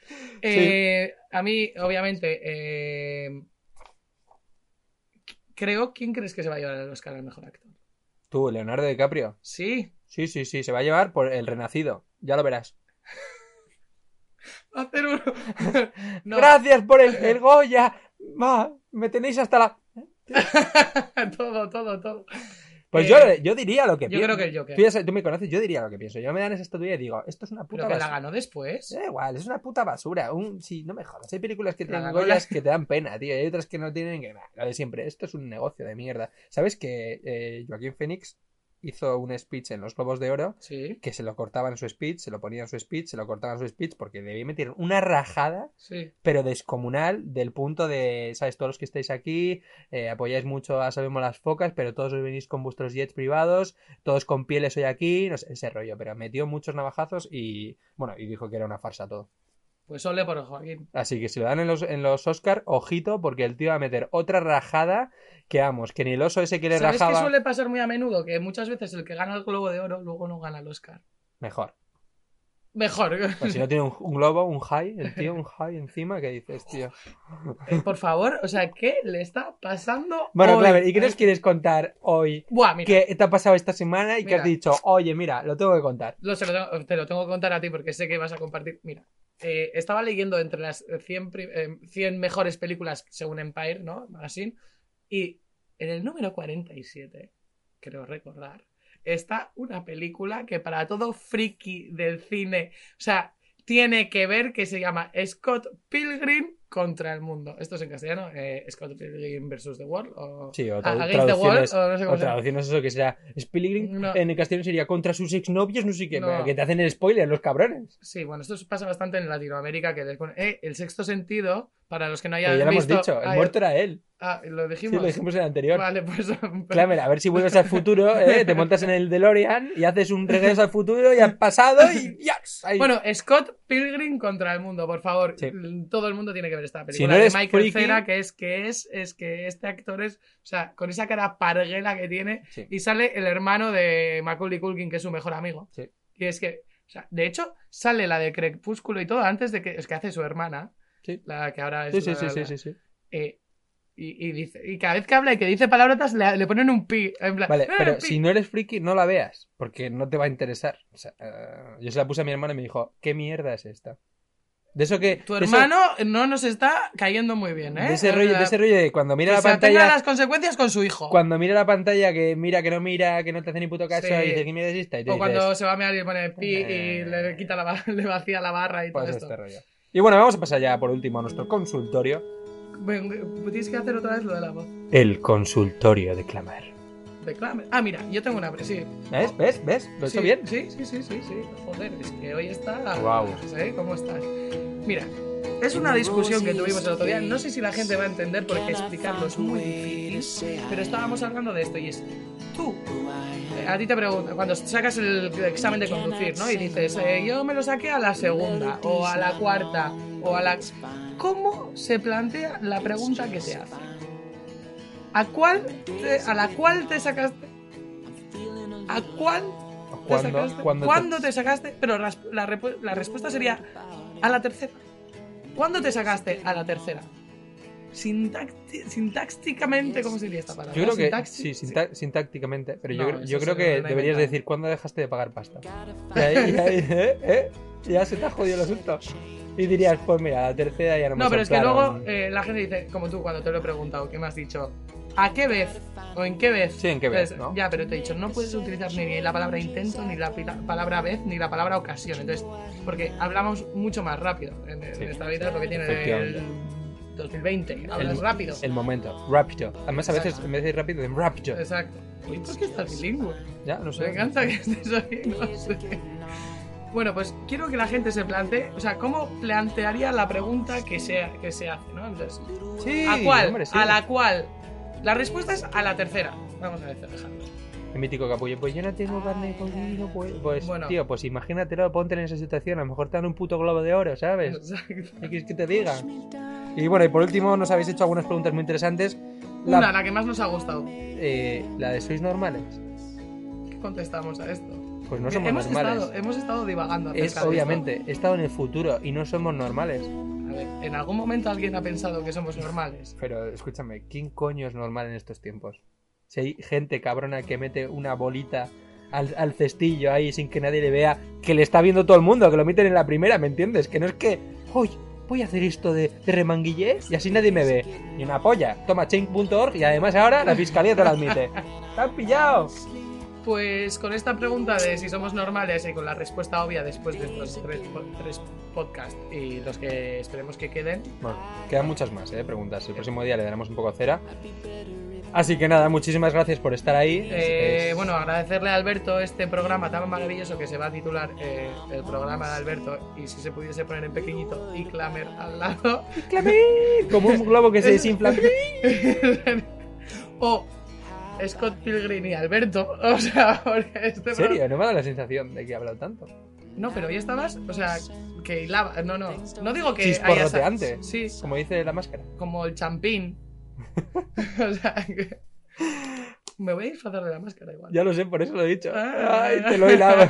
S2: Eh, A mí, obviamente, eh, creo, ¿quién crees que se va a llevar el Oscar al mejor actor?
S3: mierda. Tú, Leonardo DiCaprio.
S2: Sí,
S3: Sí, sí, sí, se va a llevar por El Renacido. Ya lo verás.
S2: va a hacer uno. No,
S3: Gracias por el, el Goya. Ma, me tenéis hasta la...
S2: todo, todo, todo.
S3: Pues
S2: Eh,
S3: yo, yo diría lo que
S2: yo
S3: pienso.
S2: creo que el Joker.
S3: Tú, ya sabes- tú me conoces, yo diría lo que pienso. Yo me dan esa estatuilla y digo, esto es una puta ¿Eh?
S2: Pero que la
S3: basura.
S2: ganó después.
S3: Da igual, es una puta basura. Un, sí, no me jodas. Hay películas que
S2: La
S3: te dan
S2: ganó la-
S3: Goyas que te dan pena, tío. y Hay otras que no tienen que... Nah, lo de siempre. Esto es un negocio de mierda. ¿Sabes que eh, Joaquín Phoenix hizo un speech en los Globos de Oro
S2: Sí,
S3: que se lo cortaban su speech, se lo ponían su speech, se lo cortaban su speech porque debía meter una rajada
S2: sí.
S3: pero descomunal del punto de, sabes, todos los que estáis aquí, eh, apoyáis mucho a Sabemos las Focas, pero todos os venís con vuestros jets privados, todos con pieles hoy aquí, no sé, ese rollo, pero metió muchos navajazos y, bueno, y dijo que era una farsa todo.
S2: Pues ole por Joaquín.
S3: Así que si lo dan en los, en los Oscar, ojito, porque el tío va a meter otra rajada que, vamos, que ni el oso ese que le
S2: ¿Sabes
S3: rajaba...
S2: qué suele pasar muy a menudo? Que muchas veces el que gana el Globo de Oro luego no gana el Oscar.
S3: Mejor.
S2: Mejor.
S3: Pues si no tiene un, un globo, un high, el tío, un high encima, que dices, tío...
S2: Eh, por favor, o sea, ¿qué le está pasando
S3: Bueno,
S2: hoy? Eh,
S3: Claver, ¿y qué nos quieres contar hoy
S2: Buah, mira.
S3: ¿Qué te ha pasado esta semana y que
S2: Mira.
S3: has dicho, oye, mira, lo tengo que contar?
S2: Lo, se lo tengo- te lo tengo que contar a ti porque sé que vas a compartir. Mira, eh, estaba leyendo entre las 100, pri- eh, 100 mejores películas según Empire, ¿no? Magazine. Y en el número 47, creo recordar, está una película que para todo friki del cine, o sea, tiene que ver que se llama Scott Pilgrim contra el mundo. Esto es en castellano, eh, Scott Pilgrim versus the World o
S3: Sí, o
S2: Ah,
S3: tra-
S2: Against the World,
S3: traducciones,
S2: o no sé cómo
S3: o
S2: se llama.
S3: traducciones eso que será Spilling,
S2: No.
S3: en el castellano sería contra sus exnovios, no sé qué,
S2: No.
S3: pero que te hacen el spoiler, los cabrones.
S2: Sí, bueno, esto pasa bastante en Latinoamérica, que les ponen, eh, el sexto sentido, para los que no
S3: Pero
S2: hayan
S3: ya lo hemos
S2: visto...
S3: dicho, el
S2: Ah,
S3: muerto era él.
S2: Ah, lo
S3: Sí,
S2: dijimos.
S3: lo dijimos en el anterior.
S2: Vale, pues...
S3: Clamer, a ver si vuelves al futuro, ¿eh? te montas en el DeLorean y haces un regreso al futuro y al pasado y ¡yas! Ahí.
S2: Bueno, Scott Pilgrim contra el mundo, por favor.
S3: Sí.
S2: Todo el mundo tiene que ver esta película.
S3: Si no
S2: de
S3: eres
S2: Michael
S3: friki-
S2: Cera, que es que es, es que este actor es, o sea, con esa cara parguela que tiene,
S3: Sí.
S2: y sale el hermano de Macaulay Culkin, que es su mejor amigo.
S3: Sí.
S2: Y es que, o sea, de hecho, sale la de Crepúsculo y todo antes de que, es que hace su hermana,
S3: Sí.
S2: la que ahora es
S3: sí, sí,
S2: la-
S3: sí, sí,
S2: la-
S3: sí, sí.
S2: Eh, y, y dice, y cada vez que habla y que dice palabrotas le, le ponen un pi. En plan,
S3: Vale,
S2: "Eh,
S3: pero
S2: pi".
S3: si no eres friki, no la veas, porque no te va a interesar. O sea, eh, yo se la puse a mi hermana y me dijo, ¿qué mierda es esta? De eso que...
S2: Tu
S3: de eso-
S2: hermano no nos está cayendo muy bien, ¿eh?
S3: De ese, rollo,
S2: La-
S3: de ese rollo de cuando
S2: que
S3: mira la
S2: se atenga a
S3: pantalla,
S2: las consecuencias con su hijo.
S3: cuando mira la pantalla que mira, que no mira, que no te hace ni puto caso
S2: Sí.
S3: y dice que mierda es esta y tú
S2: o
S3: dices,
S2: cuando se va a mear y le pone pi y
S3: Eh.
S2: le quita la ba- le vacía la barra y todo
S3: pues
S2: esto.
S3: este rollo. Y bueno, vamos a pasar ya por último a nuestro consultorio.
S2: Ven, ven, Tienes que hacer otra vez lo de la voz.
S3: El consultorio de clamar.
S2: Declame. Ah, mira, yo tengo una. Sí.
S3: ¿Ves? ¿Ves? ¿Ves? Lo he
S2: sí,
S3: hecho bien.
S2: Sí, sí, sí, sí, sí. Joder, es que hoy está.
S3: Guau.
S2: no sé, ¿Cómo estás? Mira, es una discusión que tuvimos el otro día. No sé si la gente va a entender porque explicarlo es muy difícil. Pero estábamos hablando de esto y es. Tú, eh, a ti te preguntan, cuando sacas el examen de conducir, ¿no? Y dices, eh, yo me lo saqué a la segunda, o a la cuarta, o a la. ¿Cómo se plantea la pregunta que te hace? ¿A cuál te- a la cual te sacaste? ¿A cuál te
S3: ¿Cuándo,
S2: sacaste?
S3: cuándo te-
S2: ¿Cuándo te sacaste? Pero ras- la, repu- la respuesta sería a la tercera. ¿Cuándo te sacaste a la tercera? Sintact- sintácticamente, ¿cómo sería esta palabra?
S3: Yo creo que
S2: Sintaxi-
S3: sí, sinta- sintácticamente, pero yo,
S2: No,
S3: creo-
S2: eso
S3: yo creo
S2: se lo
S3: que
S2: van a
S3: deberías
S2: inventar.
S3: decir cuándo dejaste de pagar pasta. Y ahí- y ahí- ¿eh? ¿eh? Ya se te ha jodido el asunto. Y dirías, pues mira, la tercera ya no me
S2: No, pero es que
S3: soplaron.
S2: luego eh, la gente dice, como tú cuando te lo he preguntado, que me has dicho, ¿a qué vez? ¿O en qué vez?
S3: Sí, en qué vez,
S2: Entonces,
S3: ¿no?
S2: Ya, pero te he dicho, no puedes utilizar ni la palabra intento, ni la pila- palabra vez, ni la palabra ocasión. Entonces, porque hablamos mucho más rápido. En, en
S3: Sí.
S2: esta vida es lo que tiene
S3: Efectivamente.
S2: el 2020. Hablas
S3: El-
S2: rápido.
S3: El momento, rápido. Además, a veces en vez de rápido, dicen rápido.
S2: Exacto. Uy, ¿por qué estás bilingüe?
S3: Ya, no
S2: Me
S3: sé.
S2: encanta que estés ahí, no sé. Bueno, pues quiero que la gente se plantee, o sea, ¿cómo plantearía la pregunta que, sea, que se hace, ¿no? Entonces,
S3: Sí,
S2: ¿A cuál?
S3: hombre, sí.
S2: A la cual. La respuesta es a la tercera. Vamos a ver, Alejandro.
S3: El mítico capullo. Pues yo no tengo carne de conmigo, pues. Pues,
S2: Bueno.
S3: tío, pues imagínatelo, ponte en esa situación. A lo mejor te dan un puto globo de oro, ¿sabes?
S2: Exacto.
S3: ¿Qué quieres que te diga? Y bueno, y por último, nos habéis hecho algunas preguntas muy interesantes. La,
S2: Una, la que más nos ha gustado.
S3: eh, la de ¿sois normales?
S2: ¿Qué contestamos a esto?
S3: Pues no somos
S2: hemos,
S3: normales.
S2: estado, hemos estado divagando. acerca
S3: Es
S2: de esto.
S3: obviamente, he estado en el futuro y no somos normales.
S2: A ver, en algún momento alguien ha pensado que somos normales.
S3: Pero escúchame, ¿quién coño es normal en estos tiempos? Si hay gente cabrona que mete una bolita al, al cestillo ahí sin que nadie le vea, que le está viendo todo el mundo, que lo meten en la primera, ¿me entiendes? Que no es que, hoy voy a hacer esto de, de remanguillés y así nadie me ve. Ni una polla. Toma change.org y además ahora la fiscalía te lo admite. ¡Te han pillado!
S2: Pues con esta pregunta de si somos normales y con la respuesta obvia después de estos tres, po- tres podcasts y los que esperemos que queden,
S3: Bueno, quedan muchas más eh, preguntas. El próximo día le daremos un poco de cera. Así que nada, muchísimas gracias por estar ahí.
S2: Eh,
S3: Es-
S2: bueno, agradecerle a Alberto este programa tan maravilloso que se va a titular eh, el programa de Alberto y si se pudiese poner en pequeñito y clamer al lado
S3: ¡Clamín! Como un globo que se desinfla.
S2: o Scott Pilgrim y Alberto, o sea, porque este
S3: ¿En
S2: pro-
S3: serio? No me da la sensación de que he hablado tanto.
S2: No, pero hoy estabas, o sea, que hilaba, no, no, no digo que hayas-
S3: Chisporroteante.
S2: sí,
S3: Como dice la máscara.
S2: como el champín, o sea, que- me voy a disfrazar de la máscara igual.
S3: Ya lo sé, por eso lo he dicho.
S2: Ah.
S3: Ay, te lo he hilado.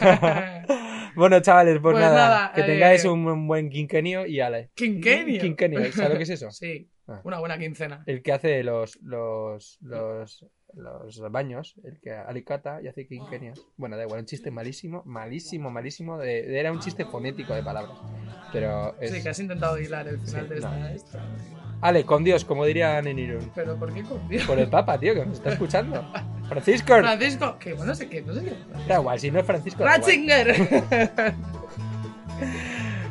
S3: bueno, chavales, pues,
S2: Pues
S3: nada.
S2: nada,
S3: que
S2: eh,
S3: tengáis un, un buen quinquenio y ale.
S2: Quinquenio.
S3: Quinquenio, ¿sabes lo que es eso?
S2: Sí,
S3: Ah.
S2: una buena quincena.
S3: El que hace los, los, los, los baños, el que alicata y hace quinquenios. Bueno, da igual, un chiste malísimo, malísimo, malísimo. de- de- era un chiste fonético de palabras. Pero es...
S2: Sí, que has intentado hilar el final
S3: Sí,
S2: de esta,
S3: no.
S2: esta.
S3: Ale, con Dios, como dirían en Irún.
S2: Pero ¿por qué con Dios?
S3: Por el Papa, tío, que nos está escuchando. Francisco.
S2: Francisco, que bueno, no sé qué, no sé qué.
S3: Da igual, si no es Francisco. da igual.
S2: Ratzinger.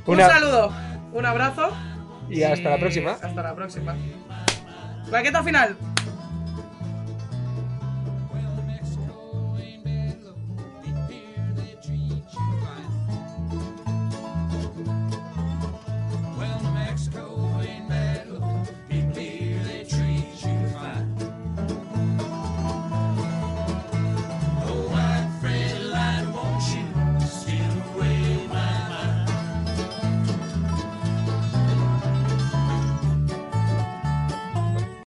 S2: Un
S3: Una-
S2: saludo, un abrazo
S3: Y hasta la próxima.
S2: Hasta la próxima. Raqueta final.